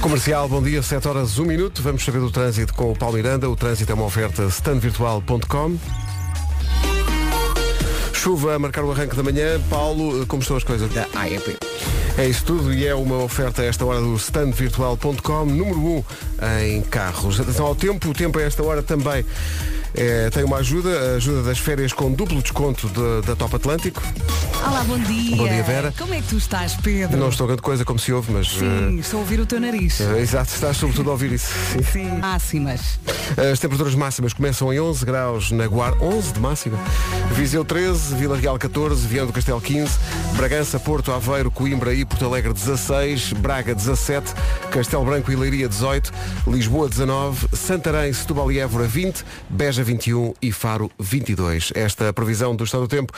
Comercial, bom dia, 7 horas 1 minuto. Vamos saber do trânsito com o Paulo Miranda. O trânsito é uma oferta standvirtual.com. Chuva a marcar o arranque da manhã. Paulo, como estão as coisas? da AEP. É isso tudo e é uma oferta a esta hora do standvirtual.com, número 1 em carros. Atenção ao tempo, o tempo a esta hora também eh, tem uma ajuda, a ajuda das férias com duplo desconto de- da Top Atlântico. Olá, bom dia. Bom dia, Vera. Como é que tu estás, Pedro? Não estou grande coisa como se ouve, mas. Sim, estou a ouvir o teu nariz. eh, eh, exato, estás sobretudo a ouvir isso. Sim. Sim. Máximas. Eh, As temperaturas máximas começam em 11 graus na Guarda, 11 de máxima, Viseu 13, Vila Real 14, Viana do Castelo 15, Bragança, Porto, Aveiro, Coimbra e Porto Alegre 16, Braga 17, Castelo Branco e Leiria 18, Lisboa 19, Santarém, Setúbal e Évora 20, Beja 21 e Faro 22. Esta previsão do estado do tempo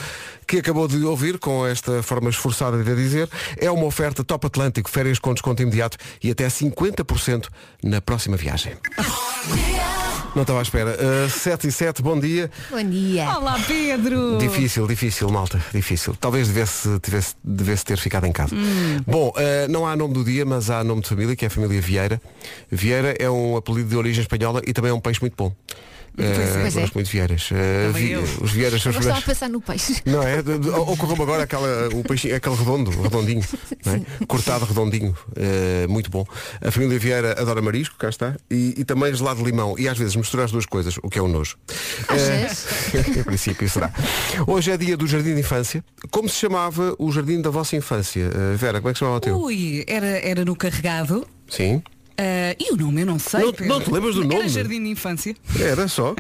que acabou de ouvir com esta forma esforçada de dizer é uma oferta Top Atlântico, férias com desconto imediato e até 50% na próxima viagem. Não estava à espera. Uh, 7 e 7, bom dia. Bom dia. Olá, Pedro. Difícil, difícil, malta. Difícil. Talvez devesse, tivesse, devesse ter ficado em casa. Hum. Bom, uh, não há nome do dia, mas há nome de família, que é a família Vieira. Vieira é um apelido de origem espanhola e também é um peixe muito bom. é, Uh, pois é. gosto muito de Vieiras. Uh, Também eu. os Vieiras são Eu os primeiros. gostava de pensar no peixe. Não é? De- de- Ocorreu-me agora aquela, o peixinho, aquele redondo, redondinho, não é? cortado redondinho, eh, muito bom. A família Vieira adora marisco, cá está, e, e também gelado de limão. E às vezes misturar as duas coisas, o que é um nojo. Achas? Eh, em princípio será. Hoje é dia do Jardim de Infância. Como se chamava o Jardim da vossa infância? Eh, Vera, como é que se chamava o teu? Ui, era, era no carregado. Sim. Ah, e o nome eu não sei. Não- Pedro. não te lembras do nome? Era Jardim de Infância. Era só.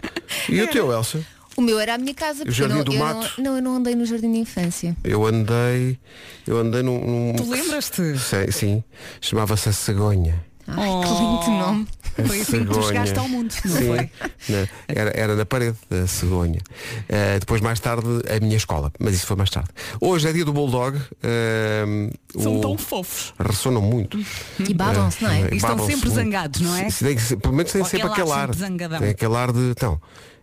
E o teu, Elsa? O meu era a minha casa, porque Jardim eu, não, do eu Mato. Não, não, eu não andei no jardim de infância. Eu andei. Eu andei num. num- Tu lembras-te? Sei, sim. Chamava-se a cegonha. Ai, que lindo nome. Oh. Foi assim que tu Cegonha. chegaste ao mundo, não Sim, foi? na- era, era na parede da cegonha. Eh, depois, mais tarde, a minha escola. Mas isso foi mais tarde. Hoje é dia do Bulldog. eh, São o- tão fofos. Ressonam muito. E babam-se, não Eh, é? E estão babam-se sempre muito. zangados, não é? Se- se tem que ser- pelo menos tem Ou sempre aquele aquele ar ar. sempre zangadão. Tem aquele ar de. Então,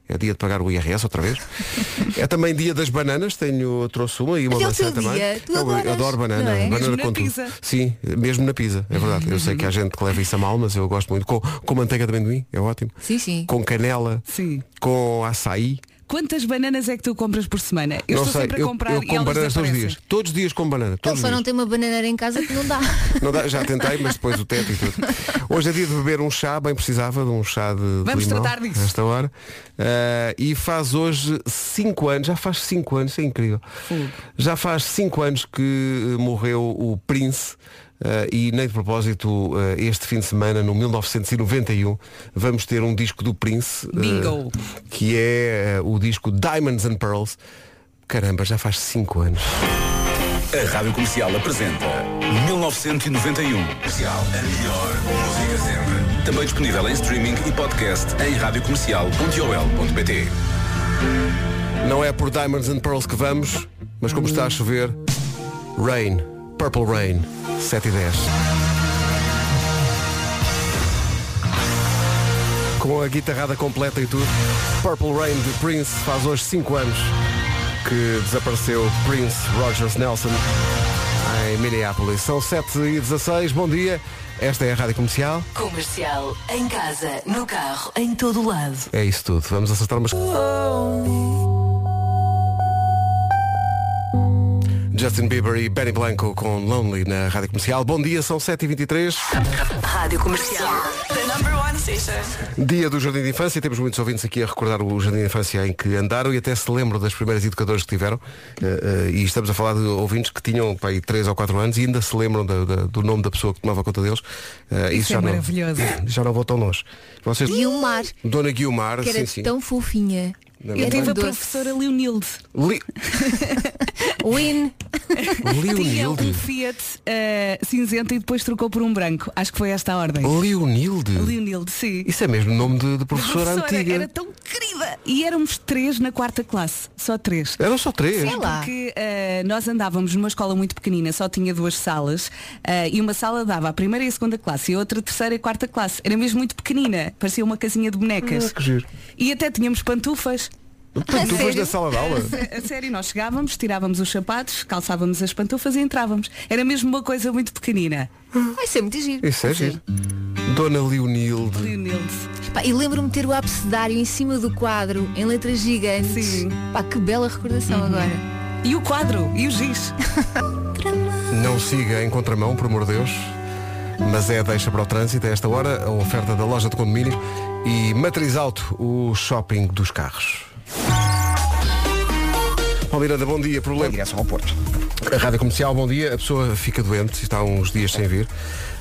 é dia de pagar o IRS outra vez. é também dia das bananas. Tenho, trouxe uma e uma Mas é o maçã teu também. dia, tu Eu- eu adoras, adoro banana. não é? banana Mesmo na com tudo. pizza. Sim, mesmo na pizza, é verdade. Eu sei que há gente que leva isso a mal, mas eu gosto muito. Com, com manteiga de amendoim, é ótimo. Sim, sim. Com canela, Sim. com açaí. Quantas bananas é que tu compras por semana? Eu não estou sei, sempre a eu, comprar eu e como elas bananas todos os desaparecem. dias. Todos os dias como banana. Ele Todos só os Então, não dias. tem uma bananeira em casa que não dá. Não dá- já tentei, mas depois o teto e tudo. Hoje é dia de beber um chá, bem precisava de um chá de, de Vamos limão, tratar disso. a Esta hora. Ah, e faz hoje 5 anos, já faz 5 anos, isso é incrível. Fogo. Já faz 5 anos que eh, morreu o Prince. ah, e nem de propósito, ah, este fim de semana, no 1991, vamos ter um disco do Prince, ah, Bingo. que é ah, o disco Diamonds and Pearls. Caramba, já faz 5 anos. A Rádio Comercial apresenta 1991. Comercial, a melhor música sempre. Também disponível em streaming e podcast em radiocomercial.ol.pt. Não é por Diamonds and Pearls que vamos, mas como está a chover, Rain, Purple Rain, 7 e 10. Com a guitarrada completa e tudo, Purple Rain de Prince faz hoje 5 anos que desapareceu Prince Rogers Nelson em Minneapolis. São 7 e 16, bom dia. Esta é a Rádio Comercial. Comercial, em casa, no carro, em todo lado. É isso tudo. Vamos acertar umas. Justin Bieber e Benny Blanco com Lonely na Rádio Comercial. Bom dia, são 7h23, Rádio Comercial. The number one station. dia do Jardim de Infância. Temos muitos ouvintes aqui a recordar o Jardim de Infância em que andaram e até se lembram das primeiras educadoras que tiveram. Eh, eh, e estamos a falar de ouvintes que tinham pá, aí 3 ou 4 anos e ainda se lembram da- da- do nome da pessoa que tomava conta deles. Eh, Isso é maravilhoso. Não, já não vou tão longe. Vocês... Guilmar, Dona Guilmar, um que era Ah, sim, sim. tão fofinha. Não, Eu Era tive a doce. professora Leonilde. Li... Win. Tinha um Leonilde. Fiat eh, cinzento e depois trocou por um branco. Acho que foi esta a Oh. ordem. Leonilde. Leonilde, sim. Isso é mesmo nome de, de professora, antiga. era tão querida. E éramos três na quarta classe. Só três. Eram só três. Sei lá. Porque eh, nós andávamos numa escola muito pequenina, só tinha duas salas eh, e uma sala dava a primeira e a segunda classe e a outra a terceira e a quarta é classe. Era mesmo muito pequenina, parecia uma casinha de bonecas. que giro. E até tínhamos pantufas. Tu, tu sério? foste da sala de aula? A sério, nós chegávamos, tirávamos os sapatos, calçávamos as pantufas e entrávamos. Era mesmo uma coisa muito pequenina. Vai ser muito giro. Isso é giro. Dona Leonilde. Leonilde. Pá, e lembro-me de ter o abecedário em cima do quadro, em letras gigantes. Sim. Uhum. Pá, que bela recordação agora. E o quadro, e o giz. Não siga em contramão, por amor de Deus. Mas é a deixa para o trânsito a esta hora, a oferta da loja de condomínio e Matriz Alto, o shopping dos carros. Paulo Miranda, bom dia, problema. direção ao Porto. A Rádio Comercial, bom dia. A pessoa fica doente, está há uns dias sem vir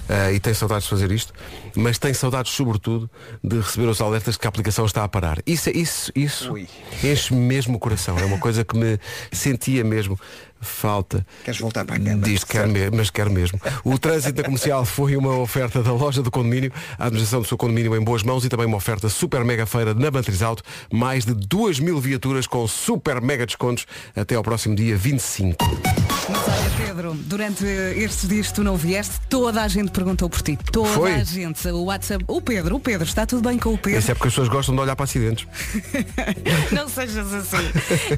eh, e tem saudades de fazer isto, mas tem saudades, sobretudo, de receber os alertas que a aplicação está a parar. Isso, isso, isso Ui. enche mesmo o coração. É uma coisa que me sentia mesmo falta. Queres voltar para a cama? Diz que quer mesmo, mas quer mesmo. O trânsito da comercial foi uma oferta da loja do condomínio, a administração do seu condomínio em boas mãos e também uma oferta super mega feira na Matriz Alto. Mais de 2 mil viaturas com super mega descontos até ao próximo dia 25. Mas olha, Pedro, durante estes dias que tu não vieste, toda a gente perguntou por ti. Toda Foi? a gente. O WhatsApp. O Pedro, o Pedro, está tudo bem com o Pedro? Isso é porque as pessoas gostam de olhar para acidentes. não sejas assim.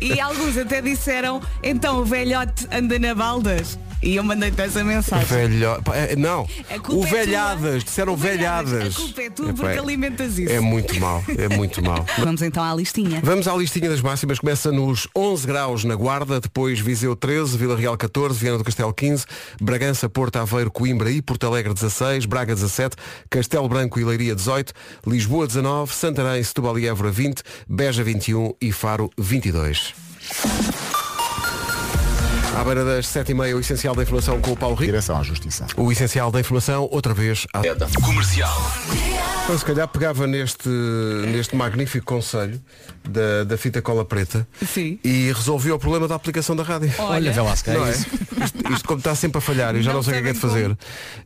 E alguns até disseram, então o velhote anda na baldas. E eu mandei-te essa mensagem. Velho... pá, é- Não, A culpa o é velhadas, tua. disseram O velhadas. velhadas. A culpa é tua Epá, porque alimentas isso. É muito mal, é muito mal. Vamos então à listinha. Vamos à listinha das máximas. Começa nos 11 graus na Guarda, depois Viseu 13, Vila Real 14, Viana do Castelo 15, Bragança, Porto Aveiro, Coimbra e Porto Alegre 16, Braga 17, Castelo Branco e Leiria 18, Lisboa 19, Santarém, Setúbal e Évora 20, Beja 21 e Faro 22. À beira das 7h30, o essencial da informação com o Paulo Rico. Direção à Justiça. O essencial da informação, outra vez. À... Comercial. Eu, Então, se calhar pegava neste, neste magnífico conselho da, da fita cola preta Sim. e resolvia o problema da aplicação da rádio. Olha, vê lá, se calhar Não é é? isso. Isto, isto como está sempre a falhar, eu já não, Não sei o que é que é de sabem fazer.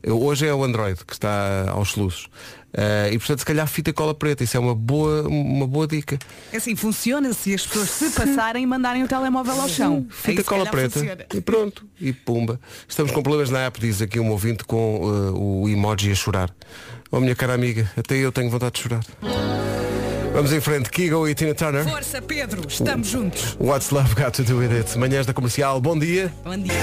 Eu- Hoje é o Android que está aos soluços. Eh, e portanto se calhar fita cola preta, isso é uma boa, uma boa dica. Assim funciona se as pessoas se passarem e mandarem o telemóvel ao chão. É Aí, Fita se cola calhar, preta. funciona. E pronto. E pumba. Estamos com problemas na app, diz aqui um ouvinte com eh, o emoji a chorar. Oh minha cara amiga, até eu tenho vontade de chorar. Vamos em frente, Kigo e Tina Turner. Força, Pedro, estamos juntos. What's Love Got to Do With It? Manhãs da Comercial, bom dia. Bom dia.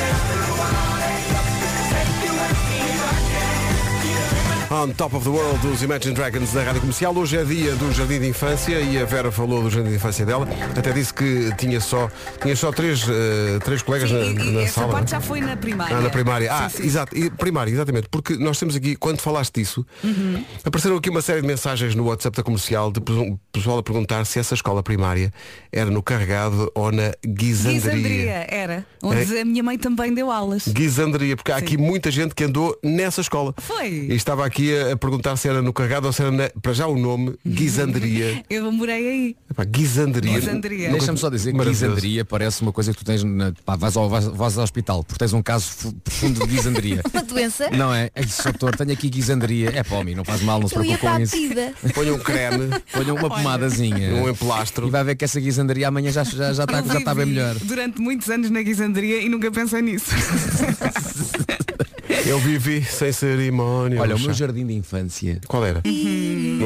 On Top of the World dos Imagine Dragons da Rádio Comercial. Hoje é dia do Jardim de Infância e a Vera falou do Jardim de Infância dela. Até disse que tinha só, tinha só três, eh, três colegas Sim, na, e, e na essa sala. parte não já é? foi na primária. Ah, na primária. Ah, Sim, sim. exato. E primária, exatamente. Porque nós temos aqui, quando falaste disso, Uhum. apareceram aqui uma série de mensagens no WhatsApp da comercial de pesu- pessoal a perguntar se essa escola primária era no Carregado ou na Guisandria. Guisandria, era. Onde É. a minha mãe também deu aulas. Guisandria, porque há aqui muita gente que andou nessa escola. Foi. E estava aqui a, a perguntar se era no carregado ou se era na, para já o nome, Guisanderia. Eu morei aí. Epá, Guisanderia. é. Guisanderia. Nunca- Deixa-me só dizer que Maravilhoso. guisandria parece uma coisa que tu tens na, pá, vais, ao, vais, vais ao hospital porque tens um caso fu- profundo de guisandria. Uma doença? não é? É isso, doutor, tenho aqui guisandria. É para homem, não faz mal, não se Eu ia preocupe para com a isso. pida. Põe um creme, Ponham uma pomadazinha. um emplastro. E vai ver que essa guisandaria amanhã já, já, já, está, Eu Tá já está bem vivi melhor. Durante muitos anos na Guisandria e nunca pensei nisso. Eu vivi sem cerimónia. Olha, o meu jardim de infância. Qual era?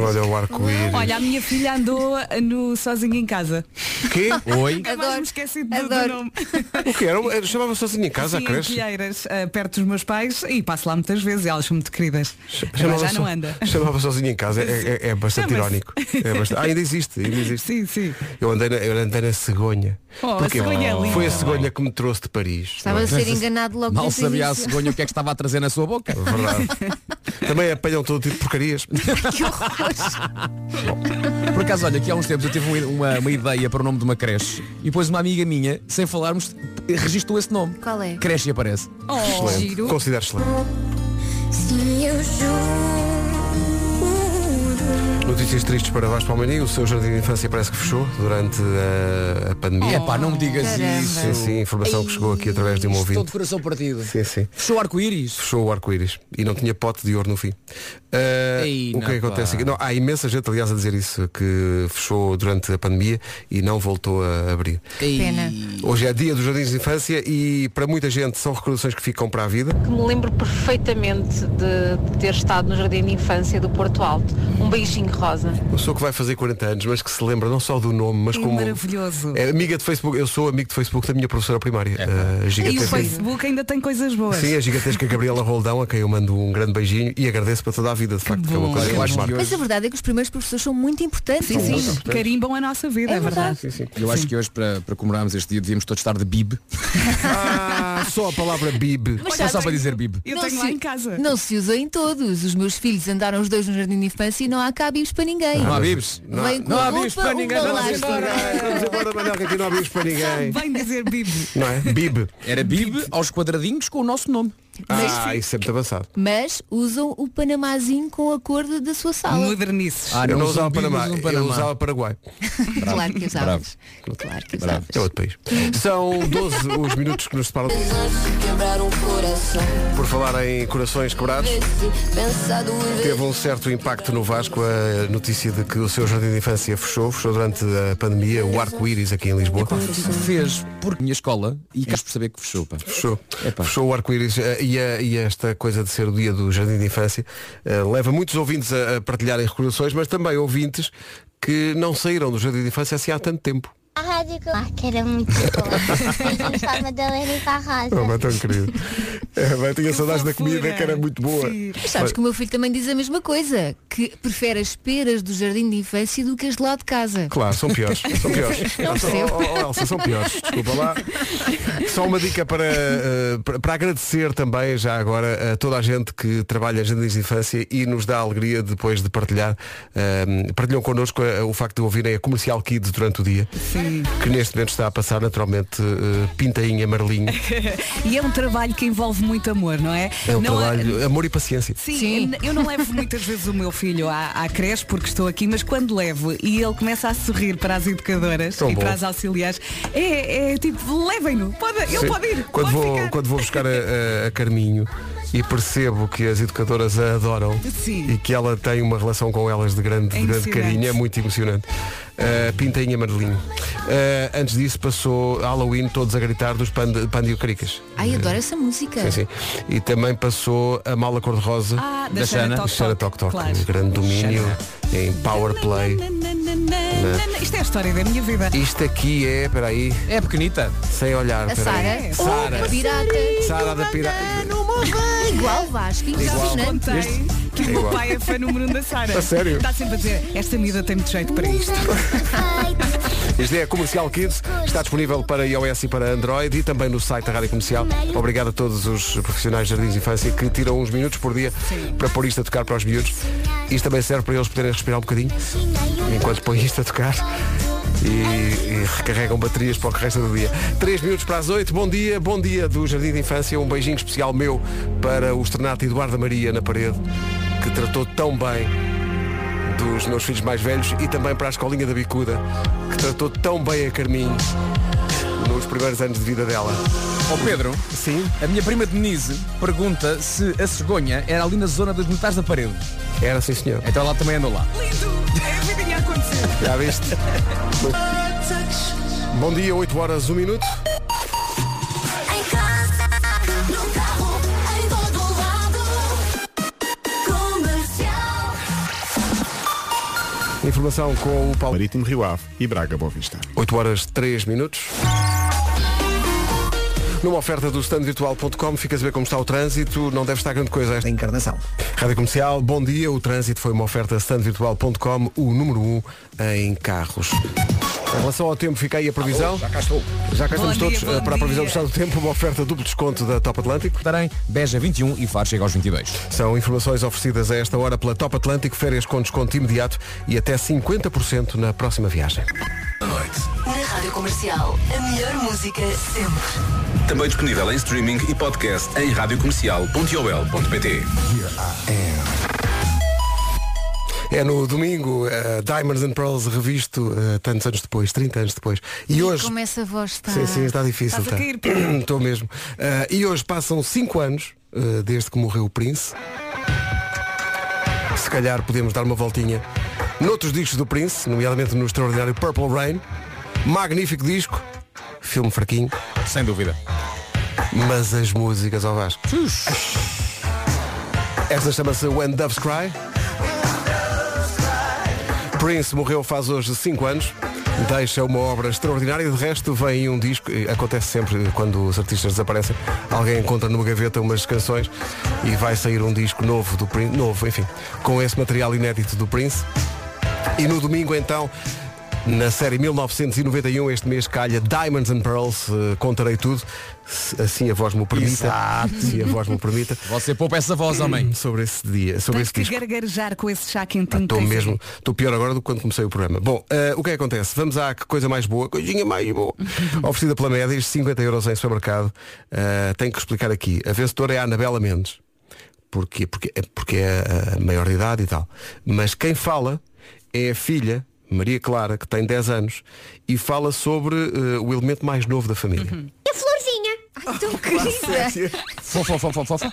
Olha o arco-íris. Olha, a minha filha andou no sozinha em casa. Quê? Oi? Nunca mais Adoro, me esqueci do, do adoro. nome. O que era? um, Era- Chamava-se sozinho em casa, a Sim, em creche? Pilheiras, eh, perto dos meus pais e passo lá muitas vezes e elas são muito queridas. Agora já Chamava-se- não anda. Chamava sozinho em casa, é, é- é bastante Chama-se. irónico. É bastante- Ah, ainda existe, ainda existe. Sim, sim. Eu andei na, eu andei na cegonha. Oh, a Porquê? cegonha é linda. Foi a cegonha que me trouxe de Paris. Estava a ser enganado logo Mal desde o sabia a início. cegonha o que é que estava a trazer na sua boca. Verdade. Também apanham todo tipo de porcarias. Por acaso, olha, aqui há uns tempos eu tive um- uma, uma ideia para o nome de uma creche e depois uma amiga minha, sem falarmos, registrou esse nome. Qual é? Creche e aparece. Oh, Excelente. giro. Considero excelente. Hum. Notícias tristes para Vasco Palmeirinho. O seu jardim de infância parece que fechou durante uh, a É pandemia. Oh, pá, não me digas caramba. isso. Sim, sim, informação que chegou aqui através de um Estou de ouvinte. coração partido. Sim, sim. Fechou o arco-íris. Fechou o arco-íris e não tinha pote de ouro no fim. Uh, Ei, o que é que não, acontece pá. aqui? Não, há imensa gente, aliás, a dizer isso, que fechou durante a pandemia e não voltou a abrir. Pena. Hoje é dia dos jardins de infância e para muita gente são recordações que ficam para a vida. que me lembro perfeitamente de, de ter estado no Jardim de Infância do Porto Alto. Um beijinho rosa. casa. Uma pessoa que vai fazer 40 anos, mas que se lembra não só do nome, mas É como. maravilhoso. É amiga de Facebook, eu sou amigo de Facebook da minha professora primária. a E o gigantesca- Facebook ainda tem coisas boas. Sim, a gigantesca Gabriela Roldão, a quem eu mando um grande beijinho e agradeço para toda a vida, de facto, que é uma bom. coisa que Eu nos acho que marca. Mas a verdade é que os primeiros professores são muito importantes. Sim, sim, carimbam a nossa vida, é, É verdade. verdade. Eu acho que hoje, para, para comemorarmos este dia, devíamos todos estar de bib. Ah, só a palavra bib. Mas Só sabes- para dizer bib. Eu não tenho lá se- em casa. Não se usa em todos. Os meus filhos andaram os dois no jardim de infância e não há cabibos para ninguém. Ah. Não há bibs. Não, Vem com não há roupa, bibs para um ninguém, vamos elástico. embora. Vamos embora, Manel, que aqui não há bibs para ninguém. Vem dizer Bibi. Não é? Bib. Era bib aos quadradinhos com o nosso nome. Ah, isso é muito avançado. Mas usam o panamazinho com a cor de- da sua sala. Modernices. Ah, eu não usam usava bib, Panamá, usam eu usava Paraguai. Claro que usavas. Claro que usavas. É outro país. São 12 os minutos que nos separam. Quebrar um coração Por falar em corações quebrados, Pensar duas vezes teve um certo impacto no Vasco a notícia de que o seu jardim de infância fechou, fechou durante a pandemia, o arco-íris aqui em Lisboa. Fez porque minha escola e queres perceber que fechou. Pá. Fechou. Epá. Fechou o arco-íris eh, e, a- e esta coisa de ser o dia do jardim de infância eh, leva muitos ouvintes a, a partilharem recordações, mas também ouvintes que não saíram do jardim de infância assim há tanto tempo. A rádio que... Ah, que era muito boa. em forma da Lerica Rosa. Oh, mas tão querido. É, mas tinha saudades da fofura. comida que era muito boa. Sim. Mas sabes que o meu filho também diz a mesma coisa, que prefere as peras do jardim de infância do que as de lá de casa. Claro, são piores. São piores. Não São- percebo. oh, oh, Elsa, são piores. Desculpa lá. Só uma dica para, eh, para, para agradecer também já agora a toda a gente que trabalha em jardins de infância e nos dá a alegria depois de partilhar. eh, partilham connosco eh, o facto de ouvirem a Comercial Kids durante o dia, que neste momento está a passar naturalmente eh, pintainha, amarelinho. E é um trabalho que envolve muito amor, não é? É um não trabalho, amor e paciência. Sim, Sim. eu não levo muitas vezes o meu filho à, à creche porque estou aqui, mas quando levo e ele começa a sorrir para as educadoras Tão e bom. para as auxiliares, é, é tipo, levem-no, pode, ele Sim. pode ir. Quando, pode vou, ficar. quando vou buscar a, a- a Carminho e percebo que as educadoras a adoram Sim. e que ela tem uma relação com elas de grande, É de grande emocionante. carinho, é muito emocionante. Uh, Pintainha Amarelinho. Uh, antes disso passou Halloween todos a gritar dos Panda Panda e o Caricas. Ai, adoro essa música. Sim, sim. E também passou a mala cor-de-rosa. Ah, da Da Xana. Xana Toc Xana Toc Toc, claro. um grande domínio em Power Play. Né? Nananana. Isto é a história da minha vida. Isto aqui é, peraí, É pequenita. sem olhar. A peraí. Sara. Sara. O pirata. Sara da Pirata. Igual Vasco. Impressionante. Contei que o meu é Igual. pai é fã número um da Sara. A sério? Está sempre a dizer, esta miúda tem muito jeito para isto. Este é a Comercial Kids, está disponível para iOS e para Android e também no site da Rádio Comercial. Obrigado a todos os profissionais de jardins de infância que tiram uns minutos por dia para pôr isto a tocar para os miúdos. Isto também serve para eles poderem respirar um bocadinho enquanto põem isto a tocar. E, e recarregam baterias para o que resta do dia. Três minutos para as oito. bom dia, bom dia do Jardim de Infância. Um beijinho especial meu para o estrenato Eduardo Maria na parede, que tratou tão bem dos meus filhos mais velhos e também para a escolinha da Bicuda, que tratou tão bem a Carminho nos primeiros anos de vida dela. Ó Pedro, Sim, a minha prima Denise pergunta se a cegonha era ali na zona dos metais da parede. era sim senhor. Então ela também andou lá. Lindo, é a vida a acontecer. Já viste? Bom dia, 8 horas, 1 minuto. Em casa, no carro, em todo lado Comercial Informação com o Paulo. Marítimo Rio Ave e Braga Boa Vista. 8 horas 3 minutos. Numa oferta do standvirtual.com, fica a saber como está o trânsito, não deve estar grande coisa a esta encarnação. Rádio Comercial, bom dia, o trânsito foi uma oferta standvirtual.com, o número 1 em carros. Em relação ao tempo, fica aí a previsão. já cá estou. Já cá Bom estamos dia, todos bom eh, para a previsão do dia. estado do tempo, uma oferta duplo desconto da Top Atlântico. Tarém, Beja 21 e Faro chega aos 22. São informações oferecidas a esta hora pela Top Atlântico, férias com desconto imediato e até 50% na próxima viagem. Na Rádio Comercial, a melhor música sempre. Também disponível em streaming e podcast em radiocomercial.ol.pt É no domingo, eh, Diamonds and Pearls revisto eh, tantos anos depois, 30 anos depois. E, hoje. Como é essa voz está. Sim, sim, está difícil. Estás a tá. cair, Estou mesmo. Eh, e hoje passam 5 anos eh, desde que morreu o Prince. Se calhar podemos dar uma voltinha noutros discos do Prince, nomeadamente no extraordinário Purple Rain. Magnífico disco, filme fraquinho, Sem dúvida. mas as músicas ao Vasco. Esta chama-se When Doves Cry. Prince morreu faz hoje 5 anos. Deixa uma obra extraordinária. De resto, vem um disco. eh, Acontece sempre eh, quando os artistas desaparecem. Alguém encontra numa gaveta umas canções e vai sair um disco novo do Prince. Novo, enfim. Com esse material inédito do Prince. E no domingo, então, na série 1991, este mês calha Diamonds and Pearls. eh, Contarei tudo. se assim a voz me o permita. Se a voz me o permita. Você poupa essa voz, homem. Sobre esse dia. Sobre Tens esse que disco. gargarejar com esse chá Ah, quentinho. Estou que tens mesmo, aí. estou pior agora do que quando comecei o programa. Bom, eh, o que é que acontece? Vamos à que coisa mais boa, coisinha mais boa. Oferecida pela Médis, 50 euros em supermercado. Eh, tenho que explicar aqui. A vencedora é a Anabela Mendes. Porque, porque, é- porque é a maior de idade e tal. Mas quem fala é a filha, Maria Clara, que tem 10 anos, e fala sobre eh, o elemento mais novo da família. Uhum. A florzinha. Ai, tão querida. Fofa, fofa, fofa.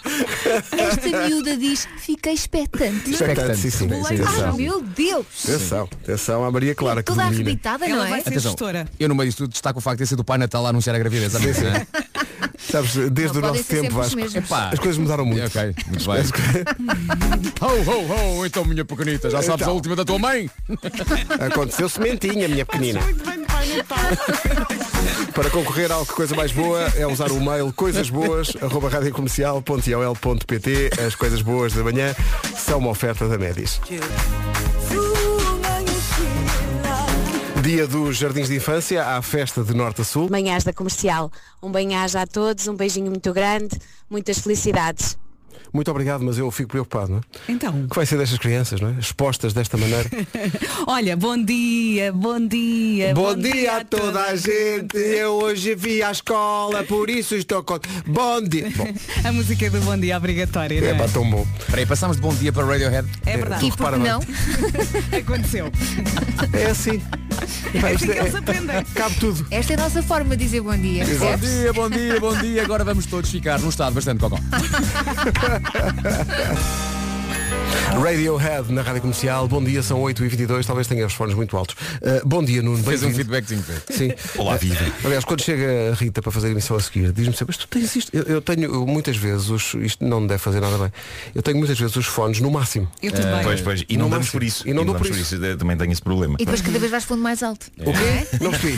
Esta miúda diz, fiquei expectante. Expectante, sim, sim. Expectante. Ai, é Atenção. meu Deus. Atenção, atenção à Maria Clara é que Toda domina. arrebitada, não Ela vai é? ser gestora. eu no meio disso tudo destaco o facto de ter sido o Pai Natal a anunciar a gravidez. É. Sim, sim. Sabes, desde o Não, podem nosso ser tempo, sempre os Vasco, mesmos. Epá. as coisas mudaram muito. Ok, muito bem. ho, ho, ho, então minha pequenita, já sabes Então. a última da tua mãe? Aconteceu sementinha, minha pequenina. Para concorrer a algo coisa mais boa é usar o mail coisasboas@radiocomercial.ol.pt. As coisas boas da manhã são uma oferta da Médis. Dia dos Jardins de Infância, há a festa de Norte a Sul. Manhãs da Comercial. Um bem-aja a todos, um beijinho muito grande, muitas felicidades. Muito obrigado, mas eu fico preocupado, não é? Então. O que vai ser destas crianças, não é? Expostas desta maneira. Olha, bom dia, bom dia. É Bom dia a toda a gente. Eu hoje vi à escola, por isso estou com. Bom dia. Bom, A música do bom dia é obrigatória, não é é? pá, tão bom. Peraí, passamos de bom dia para Radiohead. É verdade, E por que não? aconteceu. É assim. Pá, isto assim que eles aprendem. Cabe tudo. Esta é a nossa forma de dizer bom dia. Bom dia, bom dia, bom dia. Agora vamos todos ficar num estado bastante cocó. Radiohead na Rádio Comercial. Bom dia, são 8h22, talvez tenha os fones muito altos. Uh, bom dia, Nuno. Fez um bem-vindo. feedbackzinho. Pedro. Sim. Olá, vida. Aliás, quando chega a Rita para fazer a emissão a seguir, diz-me sempre, mas tu tens isto? Eu, eu tenho eu, muitas vezes, os, isto não me deve fazer nada bem, eu tenho muitas vezes os fones no máximo. Eu também. É, Pois, pois, e No não damos máximo. por isso. E não dou damos por isso. Eu Também tenho esse problema. E depois cada vez vais falando mais alto. é? O quê? Não percebi.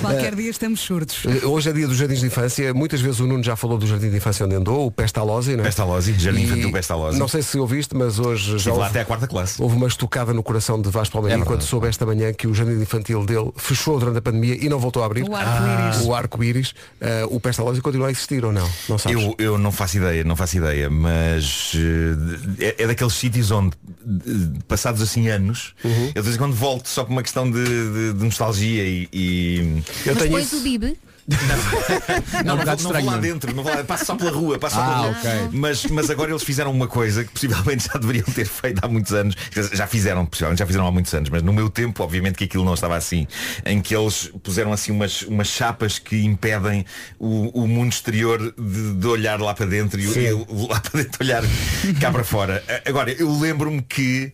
Qualquer dia estamos surdos. Eh, Hoje é dia dos jardins de infância. Muitas vezes o Nuno já falou do jardim de infância onde andou, o Pestalozzi, não é? Pestalozzi, Jardim E Infantil Pestalozzi. Não sei se ouviste, mas hoje já Estive lá houve, até à quarta classe. houve uma estocada no coração de Vasco Palmeiras É quando verdade. soube esta manhã que o jardim infantil dele fechou durante a pandemia e não voltou a abrir. Ah. O arco-íris. O arco-íris. Eh, o Pestalozzi continua a existir ou não? Não sabes? Eu, eu não faço ideia, não faço ideia, mas eh, é, é daqueles sítios onde, eh, passados assim anos, eu de vez em quando volto só por uma questão de, de- de nostalgia e. e- Eu Mas tenho pões o isso. bibe. Não, um não, bocado vou, não vou lá estranho. dentro, não vou lá, passo só pela rua, passo só Ah, pela rua. ok. Mas, mas agora eles fizeram uma coisa que possivelmente já deveriam ter feito há muitos anos. Já fizeram, possivelmente já fizeram há muitos anos, mas no meu tempo, obviamente que aquilo não estava assim, em que eles puseram assim umas, umas chapas que impedem o, o mundo exterior de, de olhar lá para dentro e, o- e o- lá para dentro olhar cá para fora. A- Agora, eu lembro-me que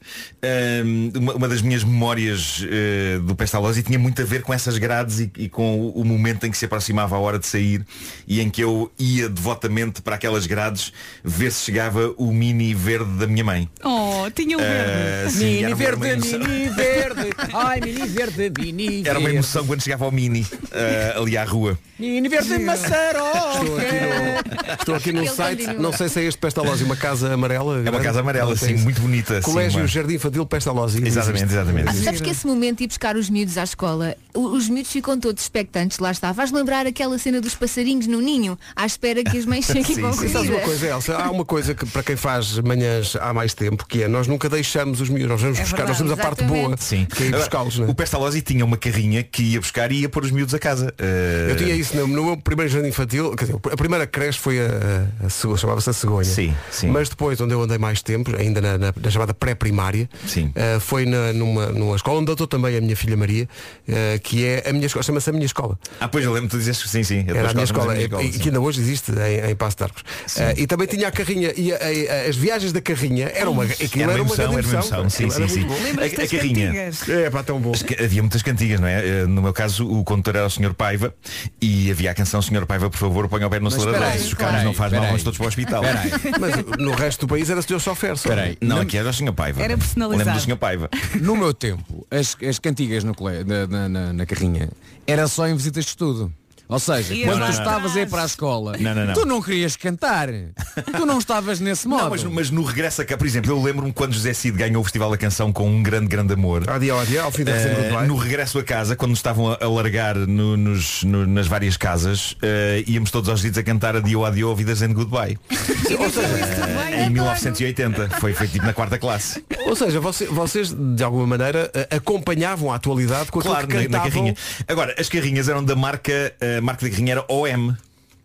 hum, uma, uma das minhas memórias eh, do Pestalozzi tinha muito a ver com essas grades e, e com o, o momento em que se aproximava a hora de sair e em que eu ia devotamente para aquelas grades ver se chegava o mini verde da minha mãe. Oh, tinha o verde. Ah, sim, era Mini uma- verde, uma emoção- mini verde. Ai, mini verde, mini verde. Era uma emoção quando chegava ao mini ah, ali à rua. Mini verde Estou maçaroca. aqui no, estou aqui num Ele site, continua. não sei se é este Pestalozzi, uma casa amarela. É uma casa amarela, assim, muito bonita. assim, Colégio uma- Jardim Infantil Pestalozzi. Exatamente, exatamente. Sabes que esse momento de ir buscar os miúdos à escola, o- os miúdos ficam todos expectantes, lá está. Vais lembrar aquela cena dos passarinhos no ninho, à espera que as mães cheguem Sim, com sim. E sabes uma comida. coisa, Elsa? Há uma coisa que para quem faz manhãs há mais tempo, que é nós nunca deixamos os miúdos, nós vamos buscar, verdade, nós temos a parte exatamente. boa, Sim. que é ir Agora, buscá-los, não é? O Pestalozzi tinha uma carrinha que ia buscar e ia pôr os miúdos a casa. Eh, Eu tinha isso no, no meu primeiro jardim infantil, quer dizer, a primeira creche foi a, a, Sego- chamava-se a Cegonha. Sim, sim. Mas depois, onde eu andei mais tempo, ainda na, na- na chamada pré-primária, Sim. eh, foi na, numa, numa escola onde eu estou também a minha filha Maria, eh, que é a minha escola, chama-se a minha escola. Ah, pois eu lembro que tu dizes que sim, sim. Eu Era a minha depois escola, gosto, mas e- e que ainda hoje existe em, em Passo de Arcos. Eh, e também tinha a carrinha, e a- a- a- as viagens da carrinha eram uma, aquilo Aquilo era uma emoção, grande era uma emoção. emoção. Sim, Aquilo sim, era sim. muito bom. A, a carrinha. É pá, tão bom. Mas que Havia muitas cantigas, não é? Eh, No meu caso, o condutor era o Sr. Paiva e havia a canção Sr. Paiva, por favor, ponha o pé no Mas acelerador. peraí, Se chocarmos peraí, não faz mal, peraí. vamos todos para o hospital. Peraí. Mas no resto do país era Sr. Sofer. só. Peraí. Não, aqui era o Sr. Paiva. Era personalizado. Lembro do Sr. Paiva. No meu tempo, as, as cantigas no cole- na, na- na- na carrinha era só em visitas de estudo. Ou seja, Ias quando lá tu atrás. estavas a ir para a escola, Não, não, não. tu não querias cantar. tu não estavas nesse modo. Não, mas, mas no regresso a cá, por exemplo, eu lembro-me quando José Cid ganhou o Festival da Canção com um grande, grande amor. Há dia, há dia, ao fim da Eh, recente do no regresso a casa, quando nos estavam a, a largar no- nos- no- nas várias casas, eh, íamos todos aos gritos a cantar Adio, Adio, Ouvidas and Goodbye. Eh, em 1980. Foi feito tipo na quarta classe. Ou seja, você- vocês de alguma maneira eh, acompanhavam a atualidade com aquilo Claro, que na, na cantavam. carrinha. Agora, as carrinhas eram da marca, a marca da carrinha era OM.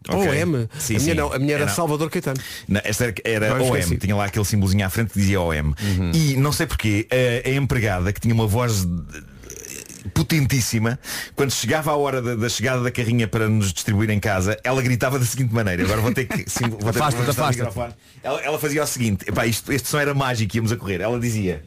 Ok? OM? Sim, a minha sim. não, a minha era Era- Salvador Caetano. Não, esta era, era Agora OM, esqueci. tinha lá aquele símbolozinho à frente que dizia OM. E não sei porquê, a, a empregada que tinha uma voz eh, potentíssima, quando chegava a hora da, da chegada da carrinha para nos distribuir em casa, ela gritava da seguinte maneira, agora vou ter que sim, vou ter que Afasta-te, afastar o afasta-te. microfone. Ela, ela fazia o seguinte, epá, isto, este som era mágico, íamos a correr, ela dizia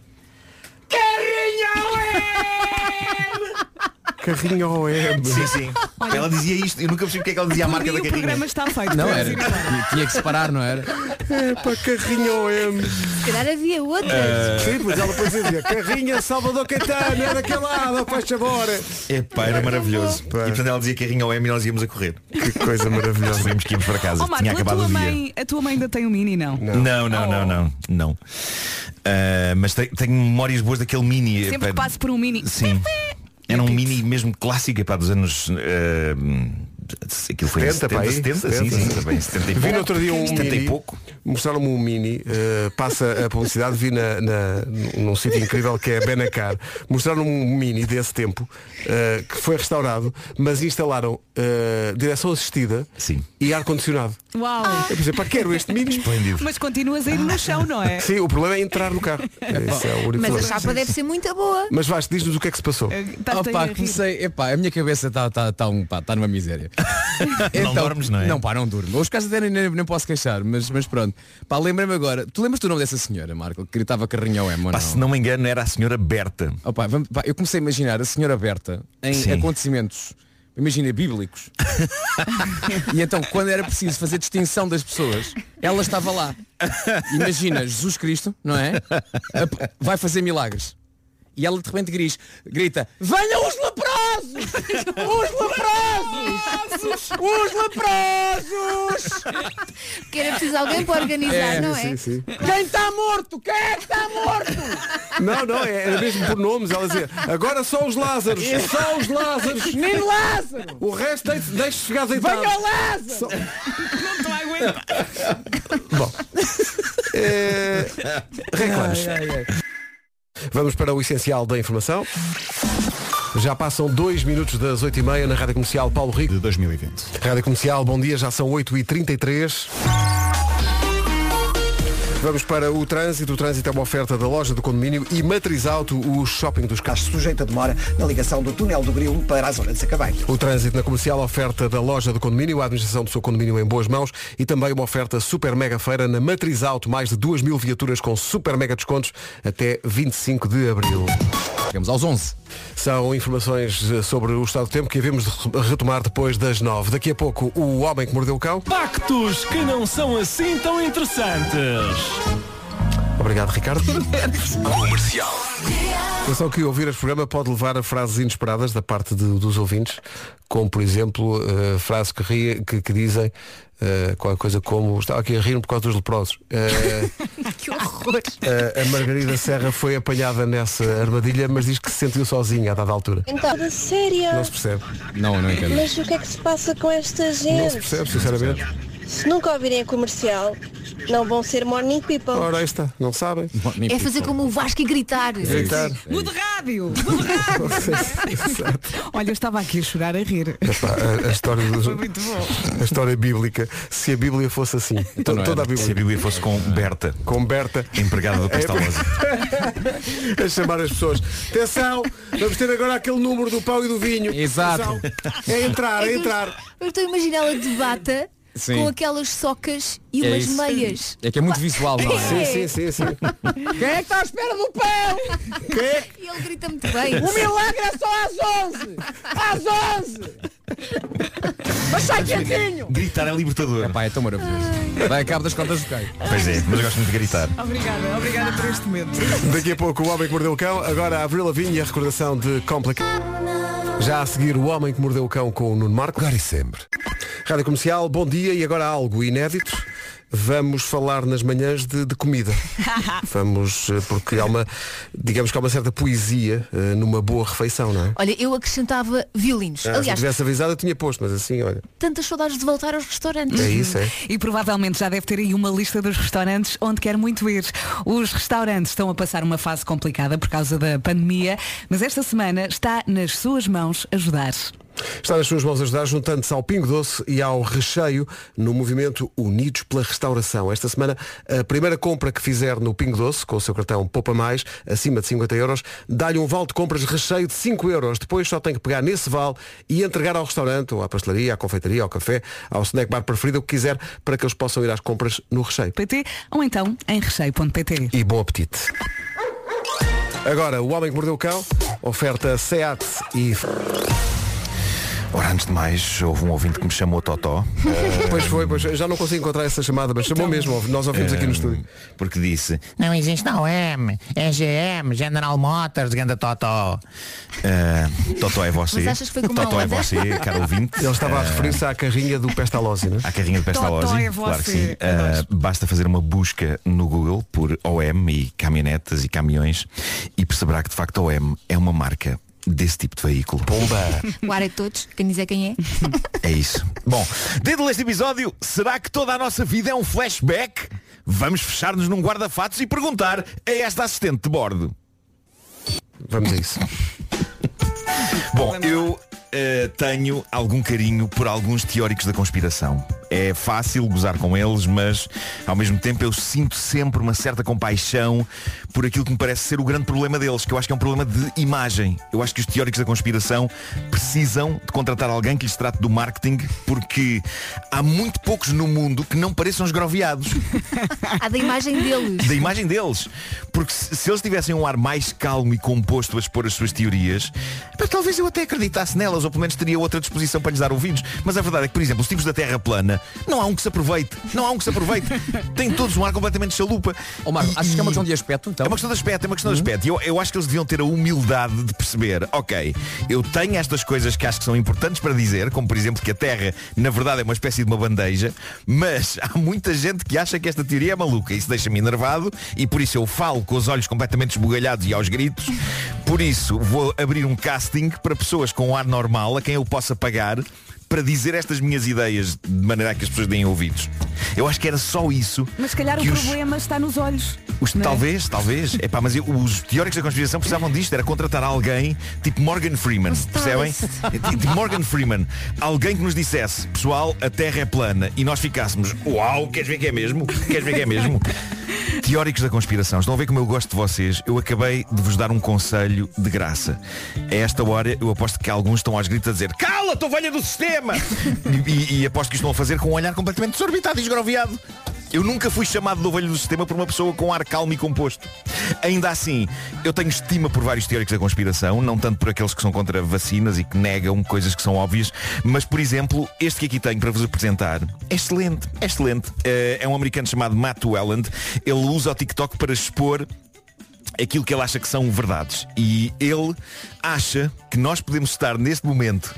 Carrinha OM. Sim, sim. ela dizia isto, eu nunca percebi porque é que ela dizia a marca E da Um o carrinha. programa está feito. é. Não vamos era. ir embora. Tinha que separar, não era? Epá, carrinha OM. Se calhar havia outra. Eh. Sim, pois ela depois dizia Carrinha Salvador Caetano, é daquele lado, faz favor. Epá, era maravilhoso. E portanto ela dizia carrinha OM e nós íamos a correr. Que coisa maravilhosa. Sabíamos que íamos para casa, tinha Ó Oh, Marco, a acabado o tua, dia. mãe, a tua mãe ainda tem um mini, não? Não, não, não, não, não. Ah, mas te- tenho memórias boas daquele mini. Sempre pá, que passo por um mini. Sim. Era um mini mesmo clássico, pá, dos anos. ah, aquilo foi em 70, pá, aí. 70, 70, sim, 70. sim, também, 70 e Vi pouco. no outro dia um 70 mini, e pouco. mostraram-me um mini, eh, passa a publicidade, vi na, na- num sítio incrível que é Benacar, mostraram-me um mini desse tempo, eh, que foi restaurado, mas instalaram eh, direção assistida Sim. e ar-condicionado. Uau! Eu pensei, pá, quero este mini. Esplêndido. Mas continuas a ir no chão, não é? Sim, o problema é entrar no carro. Esse é o único Mas a problema. chapa deve ser muito boa. Mas Vasco, diz-nos o que é que se passou. Estás-te a Opa, rir. comecei, epá, a minha cabeça está tá, tá um, pá, tá numa miséria. Então, dormes, não é? Não, pá, não durmo. Os casos até nem, nem, nem posso queixar, mas, mas pronto. Pá, lembra-me agora. Tu lembras do nome dessa senhora, Marco, que gritava carrinho ao M, ou Pá, não? se não me engano, era a senhora Berta. Opa, vamos- pá, eu comecei a imaginar a senhora Berta em Sim. acontecimentos, imagina, bíblicos. e então, quando era preciso fazer distinção das pessoas, ela estava lá. Imagina, Jesus Cristo, não é? Ap- Vai fazer milagres. E ela de repente gris- grita, venham os leprosos! Os leprosos! Os leprosos! Porque era preciso alguém para organizar, É, não é? sim. Quem está morto? Quem é que está morto? Não, não, é- era mesmo por nomes. Ela dizia, agora só os Lázaros, é só os Lázaros, Menino Lázaro! o resto deixe- deixe chegar deitado. Venha ao Lázaro! Bom, eh, reclames. Vamos para o essencial da informação. Já passam dois minutos das 8h30 na Rádio Comercial Paulo Rico. de 2020. Rádio Comercial, bom dia, já são 8h33. Vamos para o trânsito. O trânsito é uma oferta da loja do condomínio e matriz auto, o shopping dos carros. Sujeita demora na ligação do túnel do Grilo para a zona de Sacabém. O trânsito na comercial, oferta da loja do condomínio, a administração do seu condomínio em boas mãos e também uma oferta super mega feira na Matriz Auto, mais de 2 mil viaturas com super mega descontos até 25 de abril. Chegamos aos 11. São informações eh, sobre o estado do tempo que havemos de re- retomar depois das 9. Daqui a pouco, o homem que mordeu o cão. Factos que não são assim tão interessantes. Obrigado, Ricardo. Comercial. Atenção que ouvir este programa pode levar a frases inesperadas da parte de- dos ouvintes, como por exemplo, eh, frase que, ri, que, que dizem eh, qualquer coisa como estava aqui a rir por causa dos leprosos. Eh, Que horror. a, a Margarida Serra foi apanhada nessa armadilha, mas diz que se sentiu sozinha a dada altura. Então, de séria? Não se percebe. Não, não entendo. Mas o que é que se passa com esta Não se gente? percebe, sinceramente. Se nunca ouvirem a comercial, não vão ser morning people. Ora, aí está. Não sabem. Nem É fazer como o Vasco e gritar. É Gritar. Muda de rádio! Muda de rádio! Olha, eu estava aqui a chorar a rir. Epá, a, a história dos- Foi muito bom. a história bíblica. Se a Bíblia fosse assim, to- Então não era. toda a Se a Bíblia, Bíblia fosse com Berta, com Berta, empregada É do Castalosa. a chamar as pessoas. Atenção, vamos ter agora aquele número do pão e do vinho. Exato. Atenção. É entrar, é entrar. Eu estou a imaginar ela de bata Sim. com aquelas socas e É umas isso. meias. É que é muito visual, não é? Sim, sim, sim, sim. é Quem é que está à espera do pão? E ele grita muito bem. O milagre é só às 11! Às 11! Mas sai quietinho! Gritar é libertador. Epá, é tão maravilhoso. Vai a cabo das contas do Caio. Pois é, mas eu gosto muito de gritar. Obrigada, obrigada por este momento. Daqui a pouco o Homem que Mordeu o Cão, agora a Avril Lavigne e a recordação de Complica. Já a seguir o Homem que Mordeu o Cão com o Nuno Marco. Agora e sempre. Rádio Comercial, bom dia e agora algo inédito. Vamos falar nas manhãs de, de comida. Vamos, eh, porque há uma, digamos que há uma certa poesia eh, numa boa refeição, não é? Olha, eu acrescentava violinos. Ah, se eu Aliás, tivesse avisado eu tinha posto, mas assim, olha. tantas saudades de voltar aos restaurantes. É isso, é. E provavelmente já deve ter aí uma lista dos restaurantes onde quer muito ir. Os restaurantes estão a passar uma fase complicada por causa da pandemia, mas esta semana está nas suas mãos ajudar. Está nas suas mãos ajudar juntando-se ao Pingo Doce e ao recheio no movimento Unidos pela Restauração. Esta semana, a primeira compra que fizer no Pingo Doce, com o seu cartão Poupa Mais, acima de 50 euros, dá-lhe um vale de compras recheio de 5 euros. Depois só tem que pegar nesse vale e entregar ao restaurante, ou à pastelaria, à confeitaria, ao café, ao snack bar preferido, o que quiser, para que eles possam ir às compras no recheio. PT ou então em recheio.pt. E bom apetite. Agora, o Homem que Mordeu o Cão, oferta SEAT e... Ora, antes de mais, houve um ouvinte que me chamou Totó. Pois foi, pois foi. já não consigo encontrar essa chamada, mas chamou mesmo, ouve- nós ouvimos É. aqui no estúdio. Ehm, Porque disse, Não existe a OM, é GM, General Motors, Ganda Totó. ah, Totó é você. Mas achas que foi com uma Totó é onda? você, caro ouvinte. Ele estava a Ah, referir-se à carrinha do Pestalozzi, não é? À carrinha do Pestalozzi, Totó é claro que você. sim. Ah, basta fazer uma busca no Google por OM e caminhonetas e caminhões e perceberá que de facto OM é uma marca desse tipo de veículo. Pomba! O ar é de todos, quem dizer quem é. É isso. Bom, dentro deste episódio, será que toda a nossa vida é um flashback? Vamos fechar-nos num guarda-fatos e perguntar a esta assistente de bordo. Vamos a isso. Bom, eu eh, tenho algum carinho por alguns teóricos da conspiração. É fácil gozar com eles, mas ao mesmo tempo eu sinto sempre uma certa compaixão por aquilo que me parece ser o grande problema deles, que eu acho que é um problema de imagem. Eu acho que os teóricos da conspiração precisam de contratar alguém que lhes trate do marketing, porque há muito poucos no mundo que não pareçam esgroviados. Há da imagem deles. Da imagem deles. Porque se, se eles tivessem um ar mais calmo e composto a expor as suas teorias, pá, talvez eu até acreditasse nelas, ou pelo menos teria outra disposição para lhes dar ouvidos. Mas a verdade é que, por exemplo, os tipos da Terra plana, não há um que se aproveite. Não há um que se aproveite. Tem todos um ar completamente chalupa. Ó Marco, achas que é uma questão de aspecto, então? É uma questão de aspecto, é uma questão de aspecto. E Eu, eu acho que eles deviam ter a humildade de perceber, ok, eu tenho estas coisas que acho que são importantes para dizer, como por exemplo que a Terra, na verdade, é uma espécie de uma bandeja, mas há muita gente que acha que esta teoria é maluca. Isso deixa-me enervado e por isso eu falo com os olhos completamente esbugalhados e aos gritos. Por isso vou abrir um casting para pessoas com ar normal, a quem eu possa pagar, para dizer estas minhas ideias de maneira a que as pessoas deem ouvidos. Eu acho que era só isso. Mas se calhar que o os- problema está nos olhos. os- não é? talvez, talvez. Epá, mas eu- os teóricos da conspiração precisavam disto, era contratar alguém tipo Morgan Freeman, percebem? Tipo Morgan Freeman. Alguém que nos dissesse, pessoal, a Terra é plana e nós ficássemos, uau, queres ver que é mesmo? Queres ver que é mesmo? Teóricos da conspiração, estão a ver como eu gosto de vocês. Eu acabei de vos dar um conselho de graça. A esta hora eu aposto que alguns estão aos gritos a dizer Cala, tu velha do sistema! e, e- e aposto que estão a fazer com um olhar completamente desorbitado e esgroviado. Eu nunca fui chamado de ovelho do sistema por uma pessoa com ar calmo e composto. Ainda assim, eu tenho estima por vários teóricos da conspiração, não tanto por aqueles que são contra vacinas e que negam coisas que são óbvias, mas, por exemplo, este que aqui tenho para vos apresentar é excelente, é excelente. Eh, É um americano chamado Matt Welland. Ele usa o TikTok para expor aquilo que ele acha que são verdades. E ele acha que nós podemos estar neste momento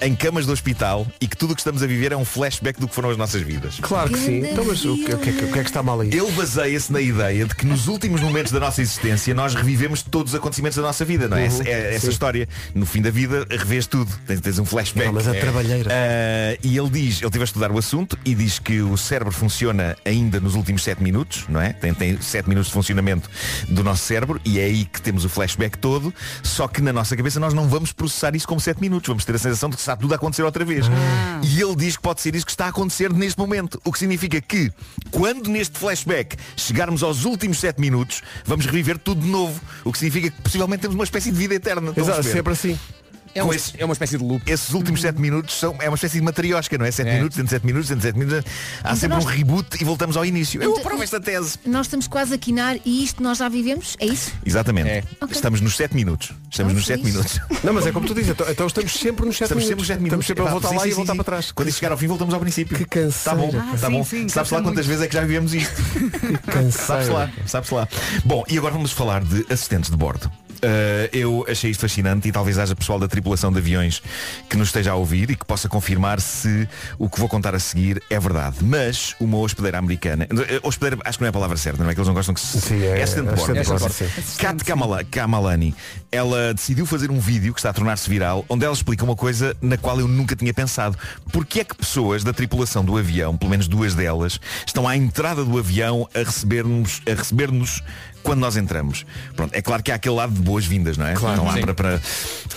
em camas de hospital e que tudo o que estamos a viver é um flashback do que foram as nossas vidas. Claro que sim. Então, mas o que, o que é que- o que é que está mal aí? Ele baseia-se na ideia de que nos últimos momentos da nossa existência nós revivemos todos os acontecimentos da nossa vida, não é? Uhum, Essa- é- essa sim. história. No fim da vida revês tudo. Tens, tens um flashback. Não, mas a É. trabalheira. Ah, e ele diz, ele esteve a estudar o assunto e diz que o cérebro funciona ainda nos últimos 7 minutos, não é? Tem, tem 7 minutos de funcionamento do nosso cérebro e é aí que temos o flashback todo, só que na nossa cabeça nós não vamos processar isso como 7 minutos, vamos ter a sensação de que está tudo a acontecer outra vez. E ele diz que pode ser isso que está a acontecer neste momento, o que significa que quando neste flashback chegarmos aos últimos 7 minutos, vamos reviver tudo de novo, o que significa que possivelmente temos uma espécie de vida eterna. Estão a Exato, perceber? sempre assim. É uma- uma espécie de loop. Esses últimos 7 minutos são, é uma espécie de matriosca, não é? 7 minutos, dentro de 7 minutos, dentro de 7 minutos. Há sempre Então nós- Então um reboot e voltamos ao início. Eu aprovo esta tese. Nós estamos quase a quinar e isto nós já vivemos, é isso? Exatamente. Ok. Então Estamos nos 7 minutos. Estamos nos 7 minutos. Não, mas é como tu dizes, então, então estamos sempre nos 7 Estamos sempre minutos. nos 7 minutos. Estamos sempre a Epá, voltar sim, lá sim, e a voltar sim, para trás. sim. Quando isto chegar ao fim, voltamos ao princípio. Que canseira. Está bom, Ah, está sim, bom. sim, Sabes cansa lá quantas muito. vezes é que já vivemos isto? canseira. Sabes lá, sabes lá. Bom, e agora vamos falar de assistentes de bordo. Uh, eu achei isto fascinante e talvez haja pessoal da tripulação de aviões que nos esteja a ouvir e que possa confirmar se o que vou contar a seguir é verdade. Mas uma hospedeira americana, eh, hospedeira acho que não é a palavra certa, não é que eles não gostam que se Sim, é- é assistente de bordo. assistente de bordo, é Sim. Kat Kamala- Kamalani, ela decidiu fazer um vídeo que está a tornar-se viral, onde ela explica uma coisa na qual eu nunca tinha pensado. Porquê é que pessoas da tripulação do avião, pelo menos duas delas, estão à entrada do avião a receber-nos a receber-nos quando nós entramos? Pronto, é claro que há aquele lado de boas-vindas, não é? Estão lá sim. para- para-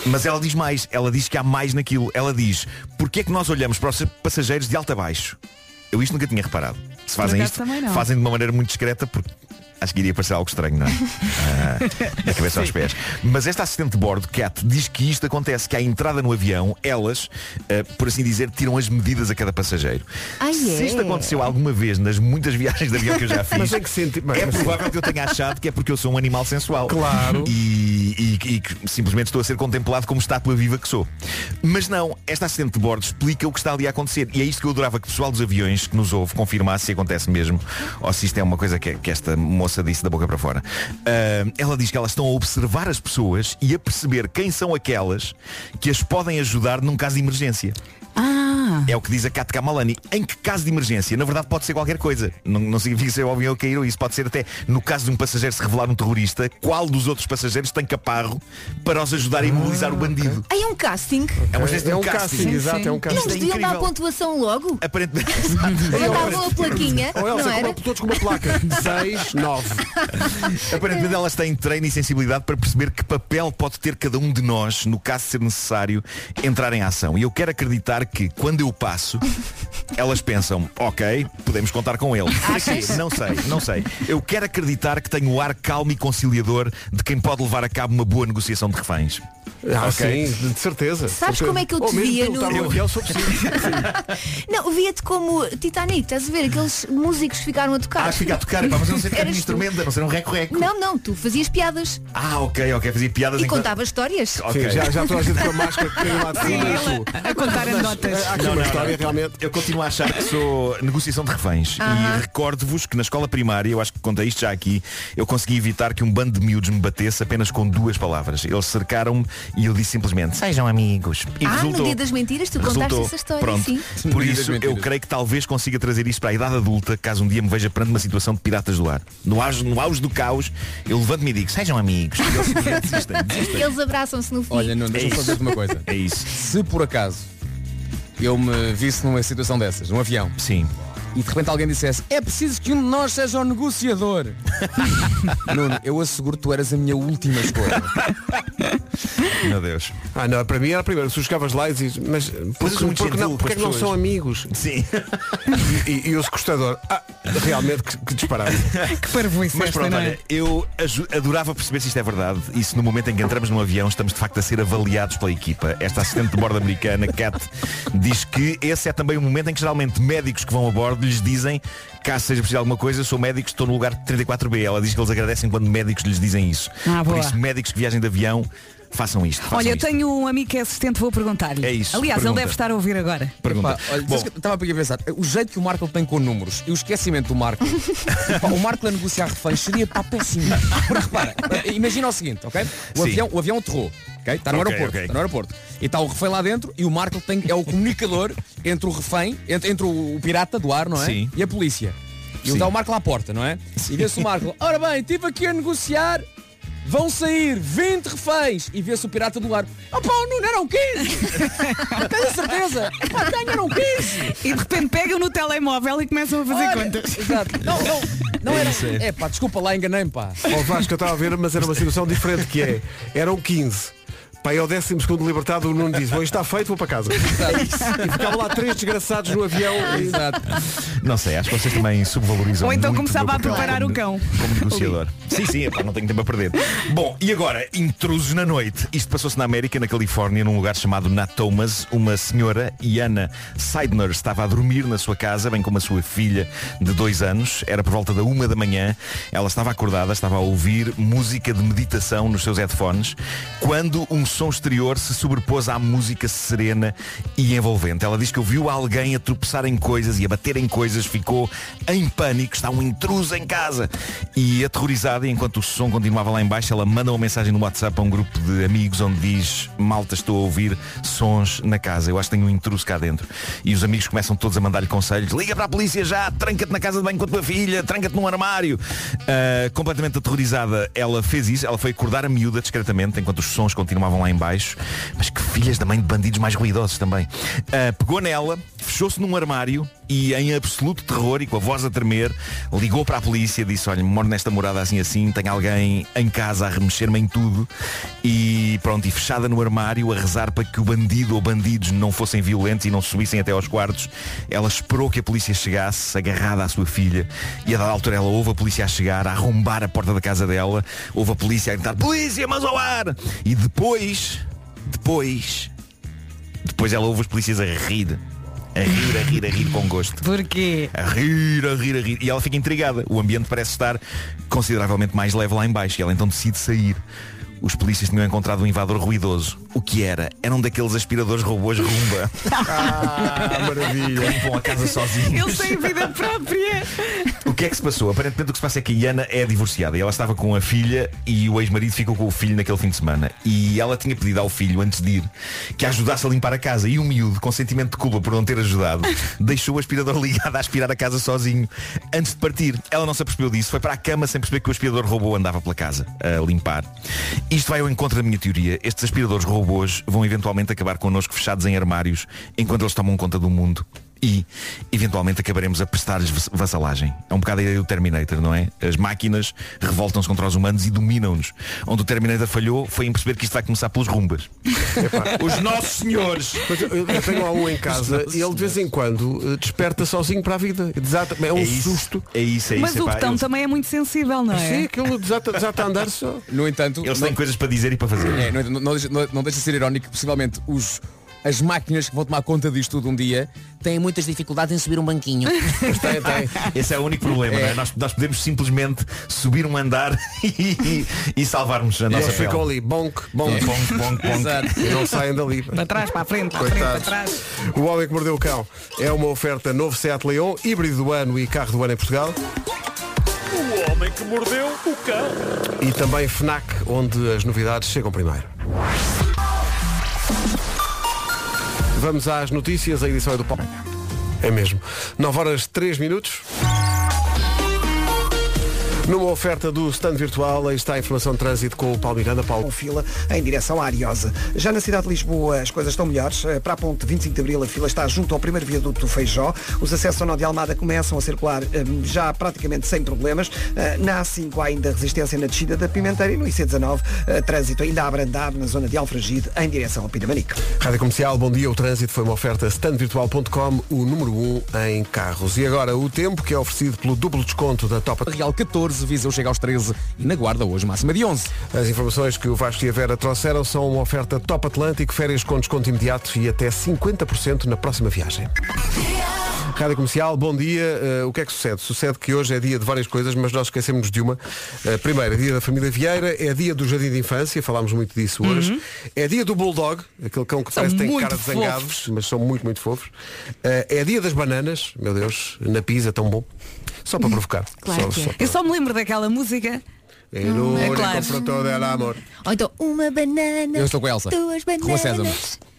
Mas ela diz mais, ela diz que há mais naquilo. Ela diz, porquê é que nós olhamos para os passageiros de alto a baixo? Eu isto nunca tinha reparado. Se fazem acaso isto, também não. fazem de uma maneira muito discreta porque acho que iria parecer algo estranho, não é? Ah, da cabeça aos pés. Mas esta assistente de bordo, Cat, diz que isto acontece, que à entrada no avião, elas, ah, por assim dizer, tiram as medidas a cada passageiro. Ai, Se é? isto aconteceu alguma vez nas muitas viagens de avião que eu já fiz, Mas em que sentido? Mas- é provável que eu tenha achado que é porque eu sou um animal sensual. Claro. E, e- e que simplesmente estou a ser contemplado como estátua viva que sou. Mas não, esta assistente de bordo explica o que está ali a acontecer. E é isto que eu adorava que o pessoal dos aviões que nos ouve confirmasse se acontece mesmo ou se isto é uma coisa que, que esta moça disse da boca para fora. Ah, ela diz que elas estão a observar as pessoas e a perceber quem são aquelas que as podem ajudar num caso de emergência. Ah, É o que diz a Kat Kamalani. Em que caso de emergência? Na verdade pode ser qualquer coisa. Não, não significa ser o avião a cair ou isso. Pode ser até, no caso de um passageiro se revelar um terrorista, qual dos outros passageiros tem caparro para os ajudar a imobilizar o bandido? Aí é um casting. É uma espécie de Ah, É um um casting. casting, Sim, exato, sim. é um casting. Não nos Isto é deviam dar a incrível. Ah, pontuação logo? Aparentemente. Mandavam a plaquinha, Ou Elsa, não era? com uma- todos com uma placa. 6, 9. Aparentemente elas têm treino e sensibilidade para perceber que papel pode ter cada um de nós no caso de ser necessário entrar em ação. E eu quero acreditar que quando eu passo, elas pensam, ok, podemos contar com ele. Achas? Não sei, não sei. Eu quero acreditar que tenho o ar calmo e conciliador de quem pode levar a cabo uma boa negociação de reféns. Ah, Ok? sim, de certeza. Sabes como é que eu te Ou mesmo via, perguntar Nuno? ao avião se for possível. Não, via-te como Titanic, estás a ver? Aqueles músicos que ficaram a tocar. Ah, fica a tocar, pá, mas eu não sei tocar nenhum Eras tu. instrumento, a não ser um reco-reco. Não, não, tu fazias piadas Ah, ok, ok, fazia piadas e enquanto- contavas histórias. Ok. já- já estou a gente com a máscara que tem lá de cima e tudo. a contar anedotas. Há aqui uma história, realmente. Eu continuo a achar que sou negociação de reféns. Aham. E recordo-vos que na escola primária, eu acho que contei isto já aqui, eu consegui evitar que um bando de miúdos me batesse apenas com duas palavras. Eles cercaram-me e eu disse simplesmente, sejam amigos. E Ah, no resultou. dia das mentiras tu contaste Resultou. essa história, Pronto. sim. Por Medidas isso, eu mentiras. creio que talvez consiga trazer isto para a idade adulta, caso um dia me veja perante uma situação de piratas do ar. No auge, no auge do caos, eu levanto-me e digo, sejam amigos. E eles simplesmente desistem, desistem. Eles abraçam-se no fim. Olha, não, deixa-me É só isso. dizer uma coisa. É isso. Se por acaso eu me visse numa situação dessas, num avião. Sim. E de repente alguém dissesse, é preciso que um de nós seja o negociador. Nuno, eu asseguro que tu eras a minha última escolha. Meu Deus. Ah, não, para mim era primeiro. Se chegavas lá e dizias, mas eh, és porque, muito porque gentil não, com as porque é que não pessoas. são amigos? Sim. E, e, e o sequestrador, ah, realmente que, que disparado. Que parvoíce Mas esta, pronto, não é? olha, eu aju- adorava perceber se isto é verdade e se no momento em que entramos num avião estamos de facto a ser avaliados pela equipa. Esta assistente de bordo americana, Kat, diz que esse é também o momento em que geralmente médicos que vão a bordo lhes dizem caso seja preciso alguma coisa, sou médico, estou no lugar 34B. Ela diz que eles agradecem quando médicos lhes dizem isso. Ah, Por boa. isso, médicos que viajem de avião, façam isto. façam Olha, eu isto. tenho um amigo que é assistente, vou perguntar-lhe. É isso, Aliás, ele pergunta. deve estar a ouvir agora. Pergunta. Pá, olha, Bom, sabes que eu estava aqui a pensar, o jeito que o Marco tem com números e o esquecimento do Marco, pá, o Marco a negociar reféns seria pá péssimo. Porque repara, imagina o seguinte, ok? O Sim. avião, o avião aterrou, ok? Está no Ok, aeroporto, ok. está no aeroporto. E está o refém lá dentro e o Marco tem, é o comunicador entre o refém, entre, entre o pirata do ar, não é? Sim. E a polícia. E ele Sim. dá o Marco lá à porta, não é? E vê-se o Marco, ora bem, estive aqui a negociar. Vão sair 20 reféns e vê-se o pirata do ar. Oh pá, o Nuno eram 15! Tenho certeza! Pá, tenho, eram 15! E de repente pegam no telemóvel e começam a fazer contas. Exato. Não, não, não É era. isso, é. É pá, desculpa lá, enganei-me, pá. é, Ó Vasco, eu estava a ver, mas era uma situação diferente que é. Eram 15. Pá, e ao 12 libertado o Nuno diz, bom, isto está feito, vou para casa. É E ficava lá três desgraçados no avião. Exato. Não sei, acho que vocês também subvalorizam Ou então muito começava meu a papel preparar o como- cão. Como negociador. sim, sim, epá, não tenho tempo a perder. Bom, e agora, intrusos na noite. Isto passou-se na América, na Califórnia, num lugar chamado Natomas. Uma senhora, Iana Seidner, estava a dormir na sua casa, bem como a sua filha de dois anos. Era por volta da uma da manhã. Ela estava acordada, estava a ouvir música de meditação nos seus headphones, quando um som exterior se sobrepôs à música serena e envolvente. Ela diz que ouviu alguém a tropeçar em coisas e a bater em coisas, ficou em pânico, está um intruso em casa. E aterrorizada, enquanto o som continuava lá em baixo, ela manda uma mensagem no WhatsApp a um grupo de amigos onde diz Malta, estou a ouvir sons na casa. Eu acho que tenho um intruso cá dentro. E os amigos começam todos a mandar-lhe conselhos. Liga para a polícia já, tranca-te na casa de banho com a tua filha, tranca-te num armário. Ah, completamente aterrorizada, ela fez isso. Ela foi acordar a miúda discretamente, enquanto os sons continuavam lá em baixo. Mas que filhas da mãe de bandidos mais ruidosos também. Ah, pegou nela, fechou-se num armário e em absoluto terror e com a voz a tremer, ligou para a polícia, disse, olha, moro nesta morada assim assim, tem alguém em casa a remexer-me em tudo e pronto, e fechada no armário a rezar para que o bandido ou bandidos não fossem violentos e não subissem até aos quartos, ela esperou que a polícia chegasse, agarrada à sua filha, e a dada altura ela ouve a polícia a chegar, a arrombar a porta da casa dela, ouve a polícia a gritar, polícia, mãos ao ar! E depois, depois, depois ela ouve os polícias a rir. A rir, a rir, a rir com gosto. Porquê? A rir, a rir, a rir. E ela fica intrigada. O ambiente parece estar consideravelmente mais leve lá em baixo. E ela então decide sair. Os polícias tinham encontrado um invasor ruidoso. O que era? Era um daqueles aspiradores robôs rumba. ah, maravilha. Limpam a casa sozinhos. Eles têm vida própria. O que é que se passou? Aparentemente o que se passa é que a Iana é divorciada e ela estava com a filha e o ex-marido ficou com o filho naquele fim de semana. E ela tinha pedido ao filho, antes de ir, que a ajudasse a limpar a casa. E o miúdo, com sentimento de culpa por não ter ajudado, deixou o aspirador ligado a aspirar a casa sozinho antes de partir. Ela não se apercebeu disso, foi para a cama sem perceber que o aspirador robô andava pela casa a limpar. Isto vai ao encontro da minha teoria. Estes aspiradores robôs vão eventualmente acabar connosco fechados em armários enquanto eles tomam conta do mundo e eventualmente acabaremos a prestar-lhes vas- vassalagem. É um bocado a ideia do Terminator, não é? As máquinas revoltam-se contra os humanos e dominam-nos. Onde o Terminator falhou foi em perceber que isto vai começar pelos rumbas. Os nossos senhores. Mas eu- eu tenho lá um em casa Os e ele de vez em quando eh, desperta sozinho para a vida. Desata, é um susto. É isso, é Mas isso. o epá, botão eles- também é muito sensível, não é? Sim, aquilo desata, desata a andar só. No entanto, Eles têm coisas para dizer e para fazer. É, não, não- não deixa, não- não deixa de ser irónico, que possivelmente os, as máquinas que vão tomar conta disto tudo um dia têm muitas dificuldades em subir um banquinho. Esse é o único problema, não é? Nós, nós podemos simplesmente subir um andar e, e salvarmos a E nossa eles pele. ficam ali, bonk, bonk, É. Bonk, bonk, bonk. Exato. E não saem dali. Para trás, para a frente, para a frente, para Coitados. trás. O Homem que Mordeu o Cão é uma oferta novo Seat Leon, híbrido do ano e carro do ano em Portugal. O homem que mordeu o cão. E também FNAC, onde as novidades chegam primeiro. Vamos às notícias, a edição é do Paulo. É mesmo. 9 horas 3 minutos. Numa oferta do stand virtual, aí está a informação de trânsito com o Paulo Miranda. Paulo. fila em direção à Ariosa. Já na cidade de Lisboa as coisas estão melhores. Eh, Para a ponte 25 de Abril a fila está junto ao primeiro viaduto do Feijó. Os acessos ao Nó de Almada começam a circular eh, já praticamente sem problemas. Eh, Na A5 há ainda resistência na descida da Pimenteira e no IC19 eh, trânsito ainda a abrandar na zona de Alfragide em direção ao Pinamanico. Rádio Comercial, bom dia. O trânsito foi uma oferta standvirtual.com, o número 1 em carros. E agora o tempo que é oferecido pelo duplo desconto da Top Real 14, Viseu chega aos 13 e na guarda hoje máxima de 11. As informações que o Vasco e a Vera trouxeram são uma oferta Top Atlântico, férias com desconto imediato e até 50% na próxima viagem. Rádio Comercial, bom dia. Eh, o que é que sucede? Sucede que hoje é dia de várias coisas, mas nós esquecemos de uma. Eh, primeiro, é dia da família Vieira, é dia do Jardim de Infância, falámos muito disso hoje. É dia do Bulldog, aquele cão que Uhum. São parece que tem muito cara de zangado, fofos. mas são muito, muito fofos. Eh, é dia das bananas, meu Deus, na pizza, tão bom. Só para provocar. Claro só, que é. só. Eu só me lembro daquela música. É no É único claro. para todo ela, amor. Ou então, uma banana. Eu estou com a Elsa. Duas Com a bananas. Sésamo.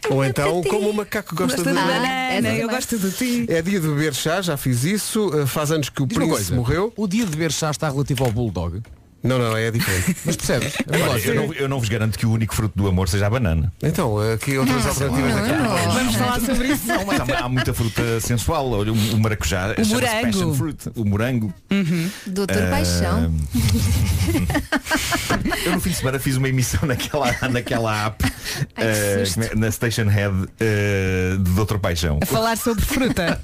Ou então, como o macaco gosta Gosta de... de banana, Ah, eu gosto de ti. É dia de beber chá, já fiz isso. Uh, Faz anos que o uma príncipe coisa, morreu. O dia de beber chá está relativo ao Bulldog. Não, não, é diferente. Mas percebes? Olha, eu, não, eu não vos garanto que o único fruto do amor seja a banana. Então, aqui outras Ah, alternativas aqui. Vamos falar sobre isso. Não, mas há, há muita fruta sensual. Olha, o, o maracujá O chama-se morango. Hum, passion fruit. O morango. Doutor Ah, Paixão. Eu eu no fim de semana fiz uma emissão naquela, naquela app, eh, susto. na- na Station Head eh, de Doutor Paixão. A falar sobre fruta.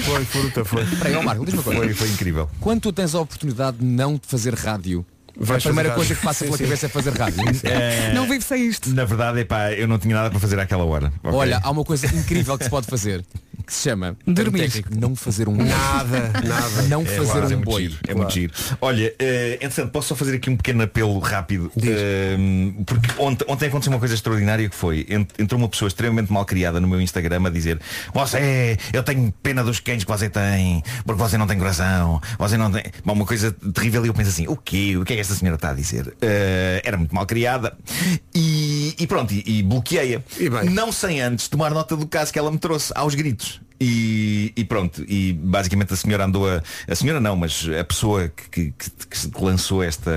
Foi, fruta, foi. Peraí, ó, Marco, diz-me uma coisa. Foi, foi incrível. Quando tu tens a oportunidade de não de fazer rádio, Vais a fazer primeira rádio. coisa que passa pela Sim, sim. cabeça é fazer rádio. Eh, Não vivo sem isto. Na verdade, epá, eu não tinha nada para fazer àquela hora. ok? Olha, há uma coisa incrível que se pode fazer que se chama Dormir. termo técnico, não fazer um Nada, nada. Não É, fazer claro, é um muito boi. giro, é muito giro. Olha, eh, entretanto, posso só fazer aqui um pequeno apelo rápido. Eh, porque ontem, ontem aconteceu uma coisa extraordinária que foi. ent- Entrou uma pessoa extremamente mal criada no meu Instagram a dizer Você, eu tenho pena dos cães que você tem, porque você não tem coração, você não tem. Bom, uma coisa terrível e eu penso assim, o quê? O que é que esta senhora está a dizer? Eh, era muito mal criada. E, e pronto, e, e bloqueei-a. Não sem antes tomar nota do caso que ela me trouxe aos gritos. E, e pronto, e basicamente a senhora andou a. A senhora não, mas a pessoa que, que- que se- que lançou esta,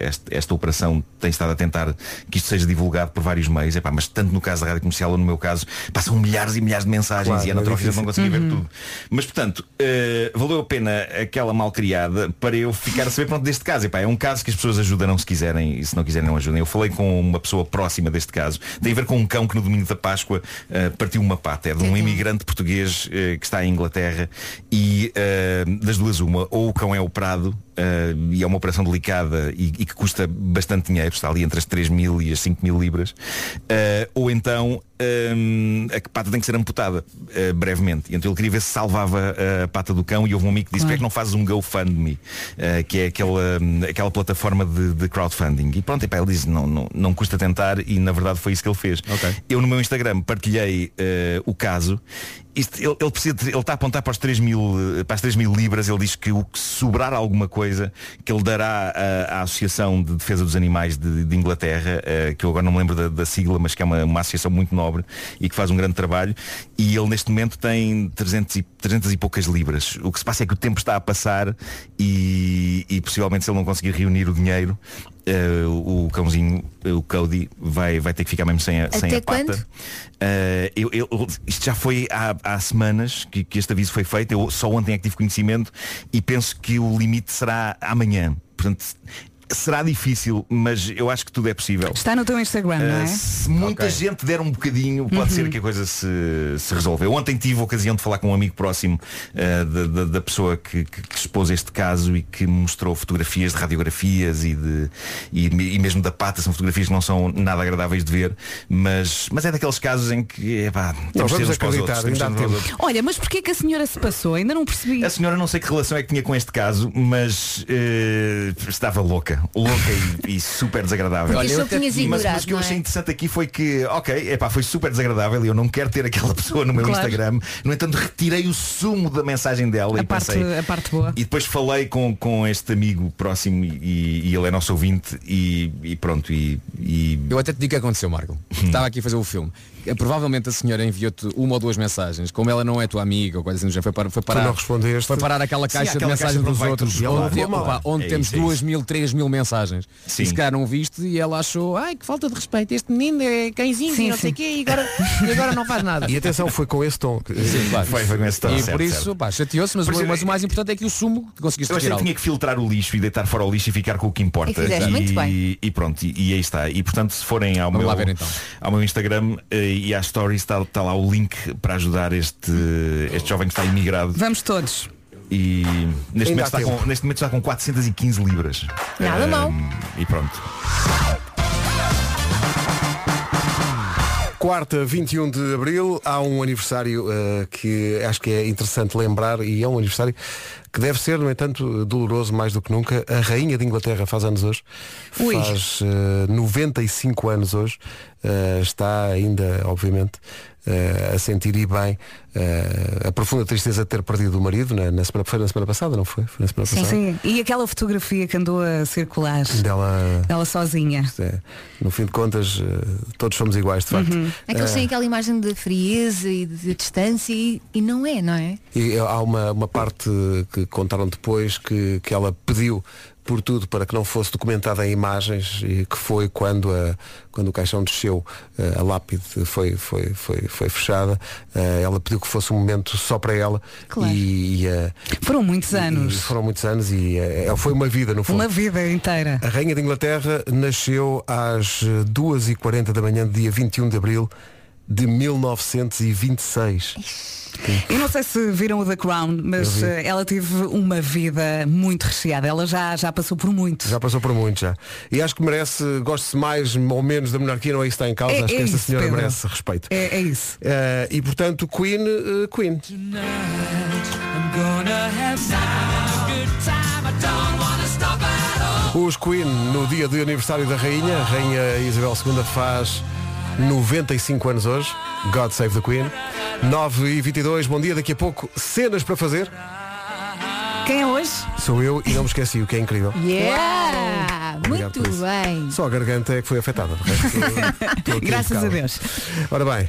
esta, esta operação tem estado a tentar que isto seja divulgado por vários meios. Epá, mas tanto no caso da rádio comercial ou no meu caso, passam milhares e milhares de mensagens Claro, e é é natural que eu difícil. não conseguia ver Uhum. tudo. Mas portanto, eh, valeu a pena aquela malcriada para eu ficar a saber pronto deste caso. Epá, é um caso que as pessoas ajudarão se quiserem e se não quiserem não ajudem. Eu falei com uma pessoa próxima deste caso. Tem a ver com um cão que no domingo da Páscoa eh, partiu uma pata. É de um imigrante português eh, que está em Inglaterra e eh, das duas uma, ou o cão é operado eh, e é uma operação delicada e, e que custa bastante dinheiro, está ali entre as 3 mil e as 5 mil libras, eh, ou então hum, a pata tem que ser amputada eh, brevemente. E Então ele queria ver se salvava eh, a pata do cão e houve um amigo que disse, porque é que não fazes um GoFundMe, Eh, que é aquela, hum, aquela plataforma de, de crowdfunding. E pronto, epá, ele diz, não, não, não custa tentar e na verdade foi isso que ele fez. Eu no meu Instagram partilhei eh, o caso. Isto, ele, ele precisa de- ele está a apontar para, os 3 mil, eh, para as 3 mil libras, ele diz que o que sobrar alguma coisa que ele dará à, à Associação de Defesa dos Animais de, de Inglaterra, eh, que eu agora não me lembro da, da sigla, mas que é uma, uma associação muito nobre e que faz um grande trabalho, e ele neste momento tem 300 e, 300 e poucas libras. O que se passa é que o tempo está a passar e, e possivelmente se ele não conseguir reunir o dinheiro, eh, o, o cãozinho, eh, o Cody, vai, vai ter que ficar mesmo sem a, sem Até a pata. quando? Uh, eu- eu- isto já foi há, há semanas que, que este aviso foi feito, eu só ontem é que tive conhecimento e penso que o limite será amanhã. Portanto, será difícil, mas eu acho que tudo é possível. Está no teu Instagram, não é? Uh, se muita gente der um bocadinho, Uhum. pode ser que a coisa se, se resolva. Eu ontem tive a ocasião de falar com um amigo próximo uh, da, da- da pessoa que, que- que expôs este caso e que mostrou fotografias de radiografias e, de, e, me- e mesmo da pata. São fotografias que não são nada agradáveis de ver, mas, mas é daqueles casos em que epá, Não, temos de vamos ser uns para os acreditar, outros. temos de ainda ser uns para há os tempo. outros. Olha, mas porquê que a senhora se passou? Ainda não percebi. A senhora não sei que relação é que tinha com este caso, mas eh, estava louca. Louca e, e super desagradável. Porque Olha, eu só até- tinhas mas, ignorado, mas o que eu não é? achei interessante aqui foi que, ok, epá, foi super desagradável e eu não quero ter aquela pessoa no meu Claro. Instagram. No entanto, retirei o sumo da mensagem dela A e parte, pensei. a parte boa. E depois falei com, com este amigo próximo e, e ele é nosso ouvinte e, e pronto. E, e- Eu até te digo o que aconteceu, Marco. Hum. Estava aqui a fazer o filme. Eh, Provavelmente a senhora enviou-te uma ou duas mensagens. Como ela não é tua amiga ou coisa assim, do género, foi, para, foi parar. não respondeste. Foi parar aquela Sim, caixa de aquela mensagens caixa dos para o outros. vai tudo. Ela onde levou mal. opa, onde É temos isso, é duas mil, três mil mensagens. E se calhar não viste e ela achou, ai que falta de respeito, este menino é cãezinho Sim, e não sei sim. o quê, e agora, e agora não faz nada. E atenção, foi com esse tom. que- Sim, claro. Foi, foi com esse tom, E certo, por isso, certo. pá, chateou-se, mas, Por o- isso- mas o mais importante é que o sumo que conseguiste Eu achei que tirar. tinha que filtrar o lixo e deitar fora o lixo e ficar com o que importa. E fizeste muito bem. e pronto, e, e aí está. E portanto, se forem ao, meu, lá ver, então. ao meu Instagram eh, e às stories está, está lá o link para ajudar este, este jovem que está imigrado. Vamos todos. E neste Ainda momento, há está tempo. com, neste momento está com 415 libras. Nada Ahm, mal. E pronto. Quarta, 21 de Abril, há um aniversário eh, que acho que é interessante lembrar e é um aniversário que deve ser, no entanto, doloroso mais do que nunca. A Rainha de Inglaterra faz anos hoje, Ui. faz eh, 95 anos hoje, Eh, está ainda, obviamente, eh, a sentir e bem eh, a profunda tristeza de ter perdido o marido na, na semana, foi na semana passada, não foi? Foi na semana Sim. passada. Sim. E aquela fotografia que andou a circular Dela, dela sozinha. isto é, no fim de contas, eh, todos somos iguais, de facto. Uhum. É que eles Eh, Ah. têm aquela imagem de frieza e de distância e, e não é, não é? E há uma, uma parte que contaram depois que, que ela pediu por tudo para que não fosse documentada em imagens e que foi quando, a, quando o caixão desceu, eh, a lápide foi, foi, foi, foi fechada. Eh, Ela pediu que fosse um momento só para ela. Claro. E, eh, foram muitos anos. foram muitos anos e eh, ela foi uma vida, no fundo. Uma vida inteira. A Rainha de Inglaterra nasceu às eh, 2h40 da manhã, dia 21 de abril de 1926. Eu não sei se viram o The Crown, mas Eu vi. eh, ela teve uma vida muito recheada. Ela já, já passou por muito. Já passou por muito já. E acho que merece, goste-se mais ou menos da monarquia, não é isso que está em causa, É- acho que é esta isso, senhora Pedro. merece respeito. É, é isso. Eh, e portanto, Queen, eh, Queen. Os Queen, no dia de aniversário da Rainha, a Rainha Isabel II faz 95 anos hoje. God save the Queen. 9 e 22, bom dia. Daqui a pouco, cenas para fazer. Quem é hoje? Sou eu e não me esqueci, o que é incrível. Yeah! Obrigado Muito por isso. bem. Só a garganta é que foi afetada. de resto, estou aqui Graças impecável. a Deus. Ora bem,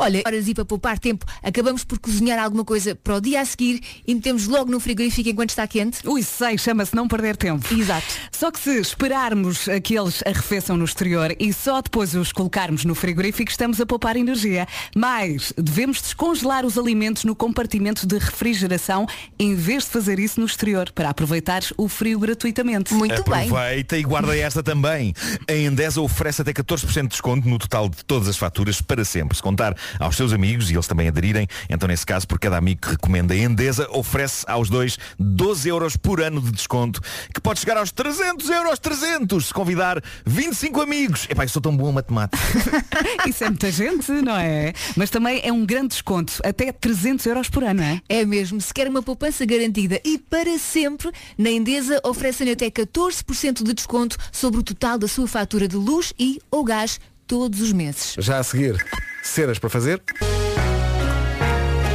Olha, horas e para poupar tempo, acabamos por cozinhar alguma coisa para o dia a seguir e metemos logo no frigorífico enquanto está quente. Ui, sei, chama-se não perder tempo. Exato. Só que se esperarmos a que eles arrefeçam no exterior e só depois os colocarmos no frigorífico, estamos a poupar energia. Mas devemos descongelar os alimentos no compartimento de refrigeração em vez de fazer isso no exterior, para aproveitar o frio gratuitamente. É Muito Aproveita e guarda esta também. A Endesa oferece até 14% de desconto no total de todas as faturas para sempre. Se contar aos seus amigos e eles também aderirem, então nesse caso, por cada amigo que recomenda a Endesa, oferece aos dois 12 euros por ano de desconto, que pode chegar aos 300 euros, 300, se convidar 25 amigos. Epá, eu sou tão bom a matemática. Isso é muita gente, não é? Mas também é um grande desconto, até 300 euros por ano, é? É mesmo, se quer uma poupança garantida e para sempre, na Endesa oferecem-lhe até 14% de desconto sobre o total da sua fatura de luz e ou gás todos os meses. já a seguir, cenas para fazer.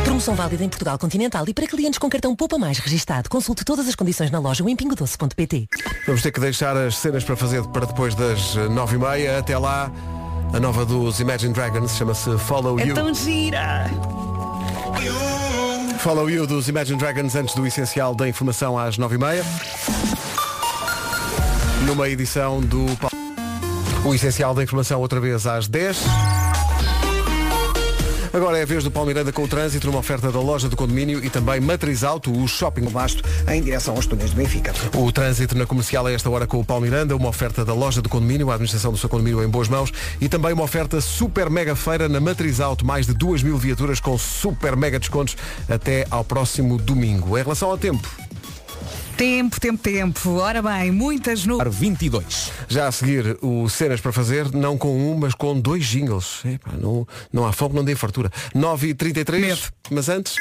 Promoção válida em Portugal Continental e para clientes com cartão Poupa Mais registado. Consulte todas as condições na loja ou em pingodoce.pt. Vamos ter que deixar as cenas para fazer para depois das eh, 9h30. Até lá, a nova dos Imagine Dragons chama-se Follow É You. tão gira! Follow You dos Imagine Dragons antes do essencial da informação às 9h30. Numa edição do Pa- O essencial da informação outra vez às 10. Agora é a vez do Paulo Miranda com o trânsito numa oferta da loja do condomínio e também Matriz Alto, o shopping vasto em direção aos túneis de Benfica. O trânsito na comercial a esta hora com o Paulo Miranda, uma oferta da loja do condomínio, a administração do seu condomínio em boas mãos e também uma oferta super mega feira na Matriz Auto, mais de 2 mil viaturas com super mega descontos até ao próximo domingo. Em relação ao tempo, Tempo, tempo, tempo. Ora bem, muitas nuvens. 22. Já a seguir, o Cenas para Fazer, não com um, mas com dois jingles. Epá, não, não há fome, não dê fartura. 9 e 33 mas antes...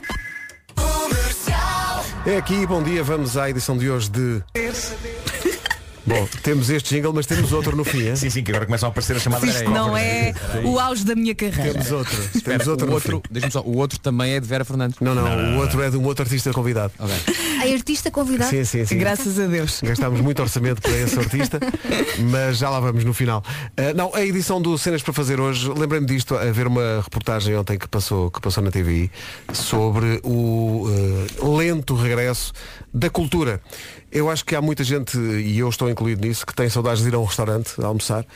É aqui, bom dia, vamos à edição de hoje de... Bom, temos este jingle, mas temos outro no fim, Sim, sim, que agora começam a aparecer as Se Isto não é o auge da minha carreira. Temos outro. Espera, Temos outro o no outro, deixa-me só, o outro também é de Vera Fernandes. Não, não, o outro é de um outro artista convidado. A artista convidada? Sim, sim, sim. a Deus. Gastámos muito orçamento para esse artista, mas já lá vamos no final. Ah, não, a edição do Cenas para Fazer hoje, lembrei-me disto, a ver uma reportagem ontem que passou, que passou na TV sobre o eh, lento regresso da cultura. Eu acho que há muita gente, e eu estou incluído nisso, que tem saudades de ir a um restaurante a almoçar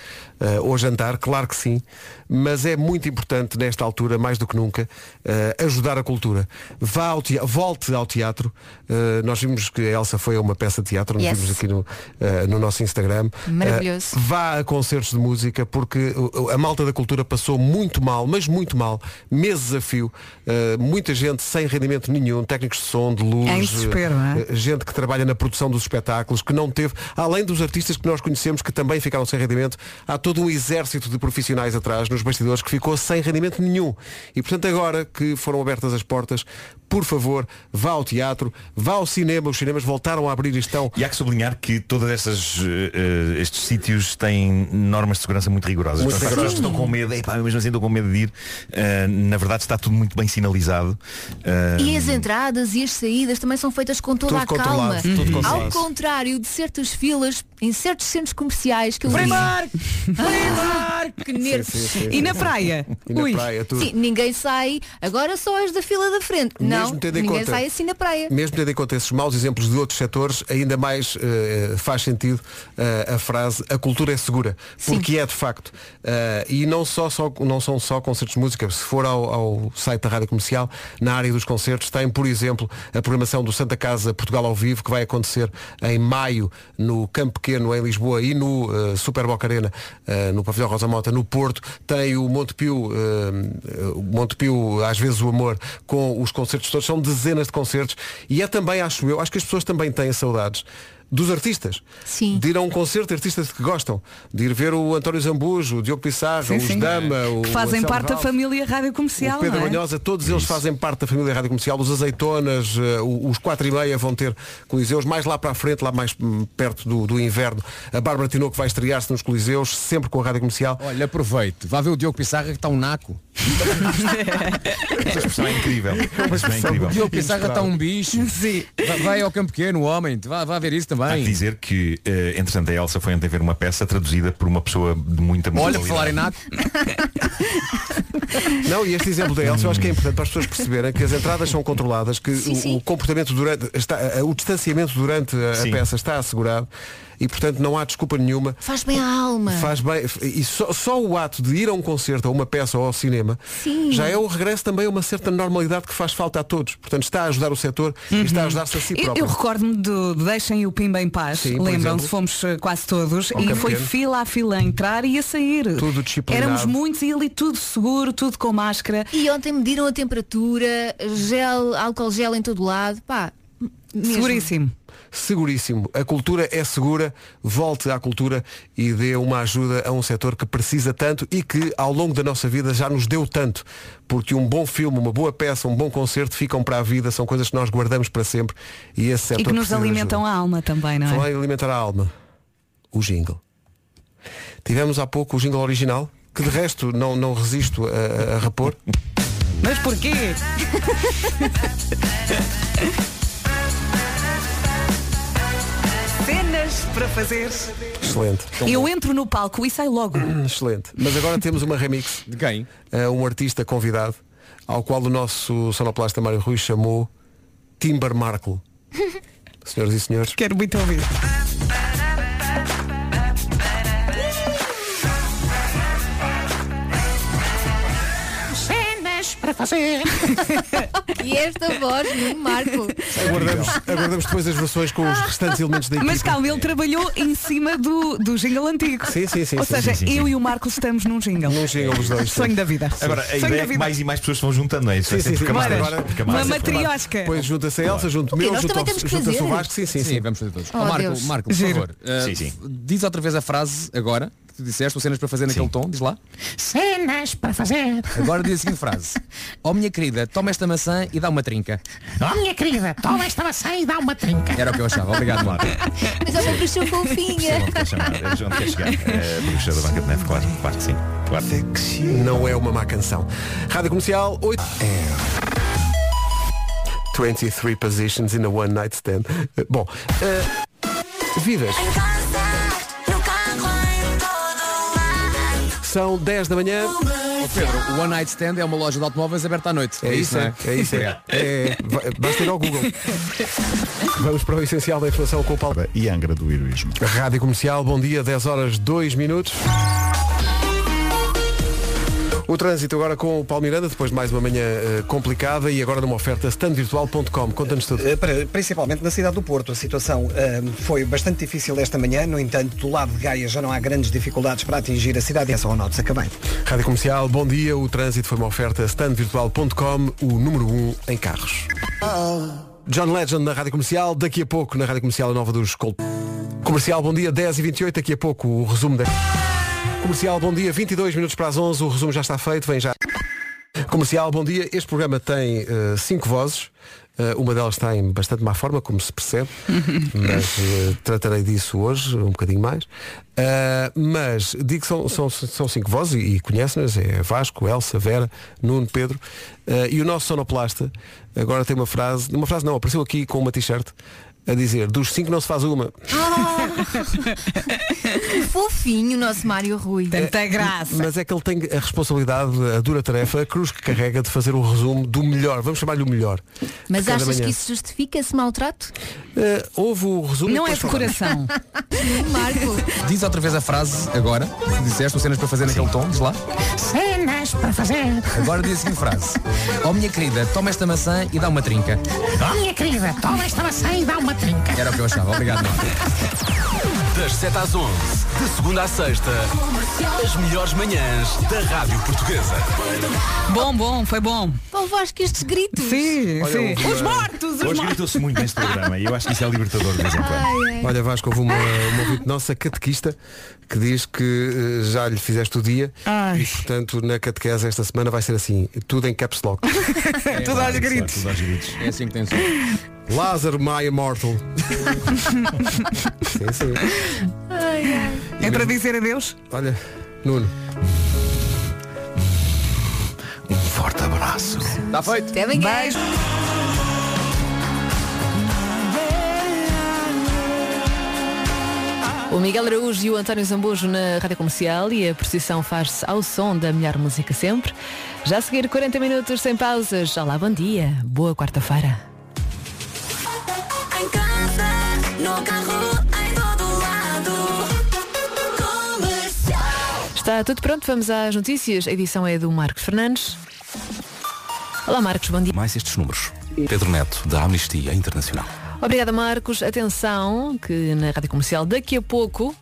eh, ou jantar, claro que sim, mas é muito importante nesta altura, mais do que nunca, eh, ajudar a cultura. Vá ao teatro, volte ao teatro. Eh, nós vimos que a Elsa foi a uma peça de teatro, nós Yes. vimos aqui no, eh, no nosso Instagram. Maravilhoso. Eh, vá a concertos de música, porque o- a malta da cultura passou muito mal, mas muito mal, meses a fio, Eh, muita gente sem rendimento nenhum, técnicos de som, de luz, É em desespero, eh, não é? eh, gente que trabalha na produção dos espetáculos, que não teve, além dos artistas que nós conhecemos que também ficaram sem rendimento, há todo um exército de profissionais atrás, nos bastidores, que ficou sem rendimento nenhum. E portanto agora que foram abertas as portas, por favor, vá ao teatro, vá ao cinema, os cinemas voltaram a abrir e estão. E há que sublinhar que todas estas eh, eh, estes sítios têm normas de segurança muito rigorosas. Muito Portanto, rigorosas. as pessoas Estão com medo, epá, eu mesmo assim estou com medo de ir. Eh, na verdade está tudo muito bem sinalizado. Eh, E as entradas e as saídas também são feitas com toda Tudo a calma. controlado, tudo Uhum. controlado. Ao contrário de certas filas em certos centros comerciais que eu Primark! Primark! Que nervos! sim, sim. E na praia? E na praia, É tudo. Sim, ninguém sai. Agora só és da fila da frente. Não, mesmo tendo em ninguém conta. sai assim na praia. Mesmo tendo em conta esses maus exemplos de outros setores, ainda mais eh, faz sentido eh, a frase a cultura é segura, porque é de facto. Eh, e não, só, só- não são só concertos de música, se for ao, ao site da Rádio Comercial, na área dos concertos, tem, por exemplo, a programação do Santa Casa Portugal ao vivo, que vai acontecer em maio no Campo Pequeno, em Lisboa, e no eh, Super Boca Arena, eh, no Pavilhão Rosa Mota, no Porto, tem o Montepio, eh, o Montepio, às vezes o amor, com os concertos todos, são dezenas de concertos, e é também, acho eu, acho que as pessoas também têm saudades dos artistas. Sim. De ir a um concerto de artistas que gostam. De ir ver o António Zambujo, o Diogo Pissarro, Sim, os sim. Dama, o que fazem Anselmo parte da Ralph. família Rádio Comercial. O Pedro não é? Banhosa, todos eles fazem parte da família Rádio Comercial, os azeitonas, eh, o- os quatro e meia vão ter coliseus, mais lá para a frente, lá mais hum, perto do, do inverno, a Bárbara Tinoco vai estrear-se nos coliseus, sempre com a Rádio Comercial. Olha, aproveite. Vá ver o Diogo Pissarra que está um naco. Essa expressão é incrível. Essa expressão é O incrível. Diogo Pissarra está um bicho. Vai, vai ao campo pequeno, homem. Vá, vá ver isso Há que também. dizer que, eh, entretanto, a Elsa foi ontem ver uma peça traduzida por uma pessoa de muita Olha, musicalidade. por falar em naco. Não, e este exemplo da Elsa eu acho que é importante para as pessoas perceberem que as entradas são controladas, que Sim, o, sim. o comportamento durante, está, o distanciamento durante a, a peça está assegurado e portanto não há desculpa nenhuma Faz bem à alma. É. Faz bem. E só, só o ato de ir a um concerto, a uma peça ou ao cinema, Sim. já é o regresso também a uma certa normalidade que faz falta a todos. Portanto, está a ajudar o setor e está a ajudar-se a si Uhum. Eu- próprio. Eu recordo-me do Deixem o Pimba em Paz, Sim, por lembram-se, exemplo. fomos eh, quase todos, Ao e Campo foi Pequeno. fila a fila a entrar e a sair. Tudo disciplinado. Éramos muitos e ali tudo seguro, tudo com máscara. E ontem mediram a temperatura, gel, álcool gel em todo lado. Pá, mesmo. Seguríssimo. A cultura é segura. Volte à cultura e dê uma ajuda a um setor que precisa tanto e que ao longo da nossa vida já nos deu tanto. Porque um bom filme, uma boa peça, um bom concerto ficam para a vida, são coisas que nós guardamos para sempre e esse setor E que nos precisa de ajuda. alimentam a alma também, não é? Falar em alimentar a alma. O jingle. Tivemos há pouco o jingle original, que de resto não, não resisto a, a repor. Mas porquê? Cenas para fazer. Excelente. Eu entro no palco e saio logo. Excelente. Mas agora temos uma remix. De quem? um artista convidado, ao qual o nosso sonoplasta Mário Rui chamou Timber Markle. Senhoras e senhores. Quero muito ouvir. Cenas para fazer. E esta voz no Marco. Aguardamos, aguardamos depois as versões com os restantes elementos da equipa. Mas calma, ele trabalhou em cima do, do jingle antigo. Sim, sim, sim, Ou sim, seja, sim, sim, eu sim. e o Marco estamos num jingle. Num jingle os dois. Sonho da vida. Agora, a Sonho ideia da é que vida. mais e mais pessoas se vão juntando, não é? Isso Sim, é sim, sempre sim. camadas, Agora, camadas, uma sempre camadas. matriosca. Pois junta-se a Elsa, junto Ok, meu, nós também junta-se temos que junta-se o fazer. Vasco, sim, sim. Sim, vamos fazer todos. Oh, Ó, Marco, Deus. Marco, por Giro. favor. eh, Sim, sim. Diz outra vez a frase agora, que tu disseste, ou cenas para fazer naquele tom, diz lá. Cenas para fazer. Agora diz a seguinte frase. Oh minha querida, toma esta maçã e dá uma trinca. Oh minha querida, toma esta maçã e dá uma trinca. Era o que eu achava. Obrigado, Marco. Mas ela pareceu fofinha. Onde quer chamar? É Onde quer chegar? É, Bruxa da Banca de Neve, claro, claro que sim. Claro. Não é uma má canção. Rádio Comercial É. 8. 23 positions in a one night stand. Eh, Bom, eh, vidas. São 10 da manhã. Ó, Pedro, o One Night Stand é uma loja de automóveis aberta à noite. É isso, é, é isso. É, Obrigado. é, vai- basta ir ao Google. Vamos para o essencial da informação com o Paulo. E Angra do Heroísmo. Rádio Comercial, bom dia, 10 horas 2 minutos. O trânsito agora com o Paulo Miranda, depois de mais uma manhã eh, complicada e agora numa oferta standvirtual.com. Conta-nos tudo. Eh, para- Principalmente na cidade do Porto. A situação eh, foi bastante difícil esta manhã. No entanto, do lado de Gaia já não há grandes dificuldades para atingir a cidade. É só o Norte acabei. Rádio Comercial, bom dia. O trânsito foi uma oferta standvirtual.com, o número 1 um em carros. John Legend na Rádio Comercial, daqui a pouco na Rádio Comercial a Nova dos Col... Comercial, bom dia, 10 e 28 daqui a pouco o resumo da... Comercial, bom dia, 22 minutos para as 11, o resumo já está feito, vem já. Comercial, bom dia. Este programa tem 5 vozes. Eh, uma delas está em bastante má forma, como se percebe, mas eh, tratarei disso hoje, um bocadinho mais. Eh, mas digo que são, são, são cinco vozes e, e conhecem-nas, é Vasco, Elsa, Vera, Nuno, Pedro. Eh, e o nosso sonoplasta agora tem uma frase, uma frase não, apareceu aqui com uma t-shirt a dizer, dos cinco não se faz uma. que fofinho o nosso Mário Rui. É, Mas é que ele tem a responsabilidade, a dura tarefa, a cruz que carrega de fazer o resumo do melhor. Vamos chamar-lhe o melhor. Mas de cada achas manhã. que isso justifica esse maltrato? Eh, houve o resumo. é e depois falamos. Marco. Diz outra vez a frase agora. que Disseste ou cenas para fazer naquele tom, diz lá. Cenas para fazer. Agora diz a seguinte frase. Oh minha querida, toma esta maçã e dá uma trinca. Oh, minha querida, toma esta maçã e dá uma trinca. Era o que eu achava. Obrigado. Das 7 às 11, de segunda à sexta, as melhores manhãs da Rádio Portuguesa. Bom, bom, foi bom. Bom, Vasco, estes gritos. Sim, Olha, sim. houve, os eh, mortos, os Hoje mortos. gritou-se muito neste programa e eu acho que isso é libertador de vez em quando. Olha Vasco, houve uma, uma ouvinte nossa catequista que diz que eh, já lhe fizeste o dia e portanto na catequese esta semana vai ser assim, tudo em caps lock. Tudo aos gritos. Tudo aos gritos. É assim que tem som. Lázaro Maia Mortal. sim, sim. É para dizer adeus? Olha, Nuno. Um forte abraço. Está feito. Até amanhã. O Miguel Araújo e o António Zambujo na Rádio Comercial e a precisão faz-se ao som da melhor música sempre. Já a seguir 40 minutos sem pausas. Olá, bom dia. Boa quarta-feira. Em casa, no carro, em todo lado. Comercial. Está tudo pronto, vamos às notícias. A edição é do Marcos Fernandes. Olá, Marcos, bom dia. Mais estes números. Pedro Neto, da Amnistia Internacional. Obrigada, Marcos. Atenção, que na Rádio Comercial daqui a pouco,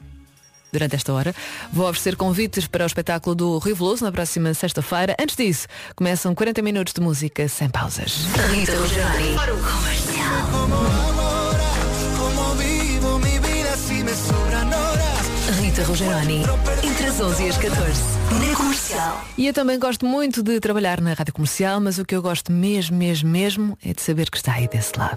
durante esta hora, vou oferecer convites para o espetáculo do Rui Veloso na próxima sexta-feira. Antes disso, começam 40 minutos de música sem pausas. Rita Rogeroni. Para o comercial. Rita Rogeroni, entre as 11 e as 14, na Comercial. E eu também gosto muito de trabalhar na Rádio Comercial, mas o que eu gosto mesmo, mesmo, mesmo é de saber que está aí desse lado.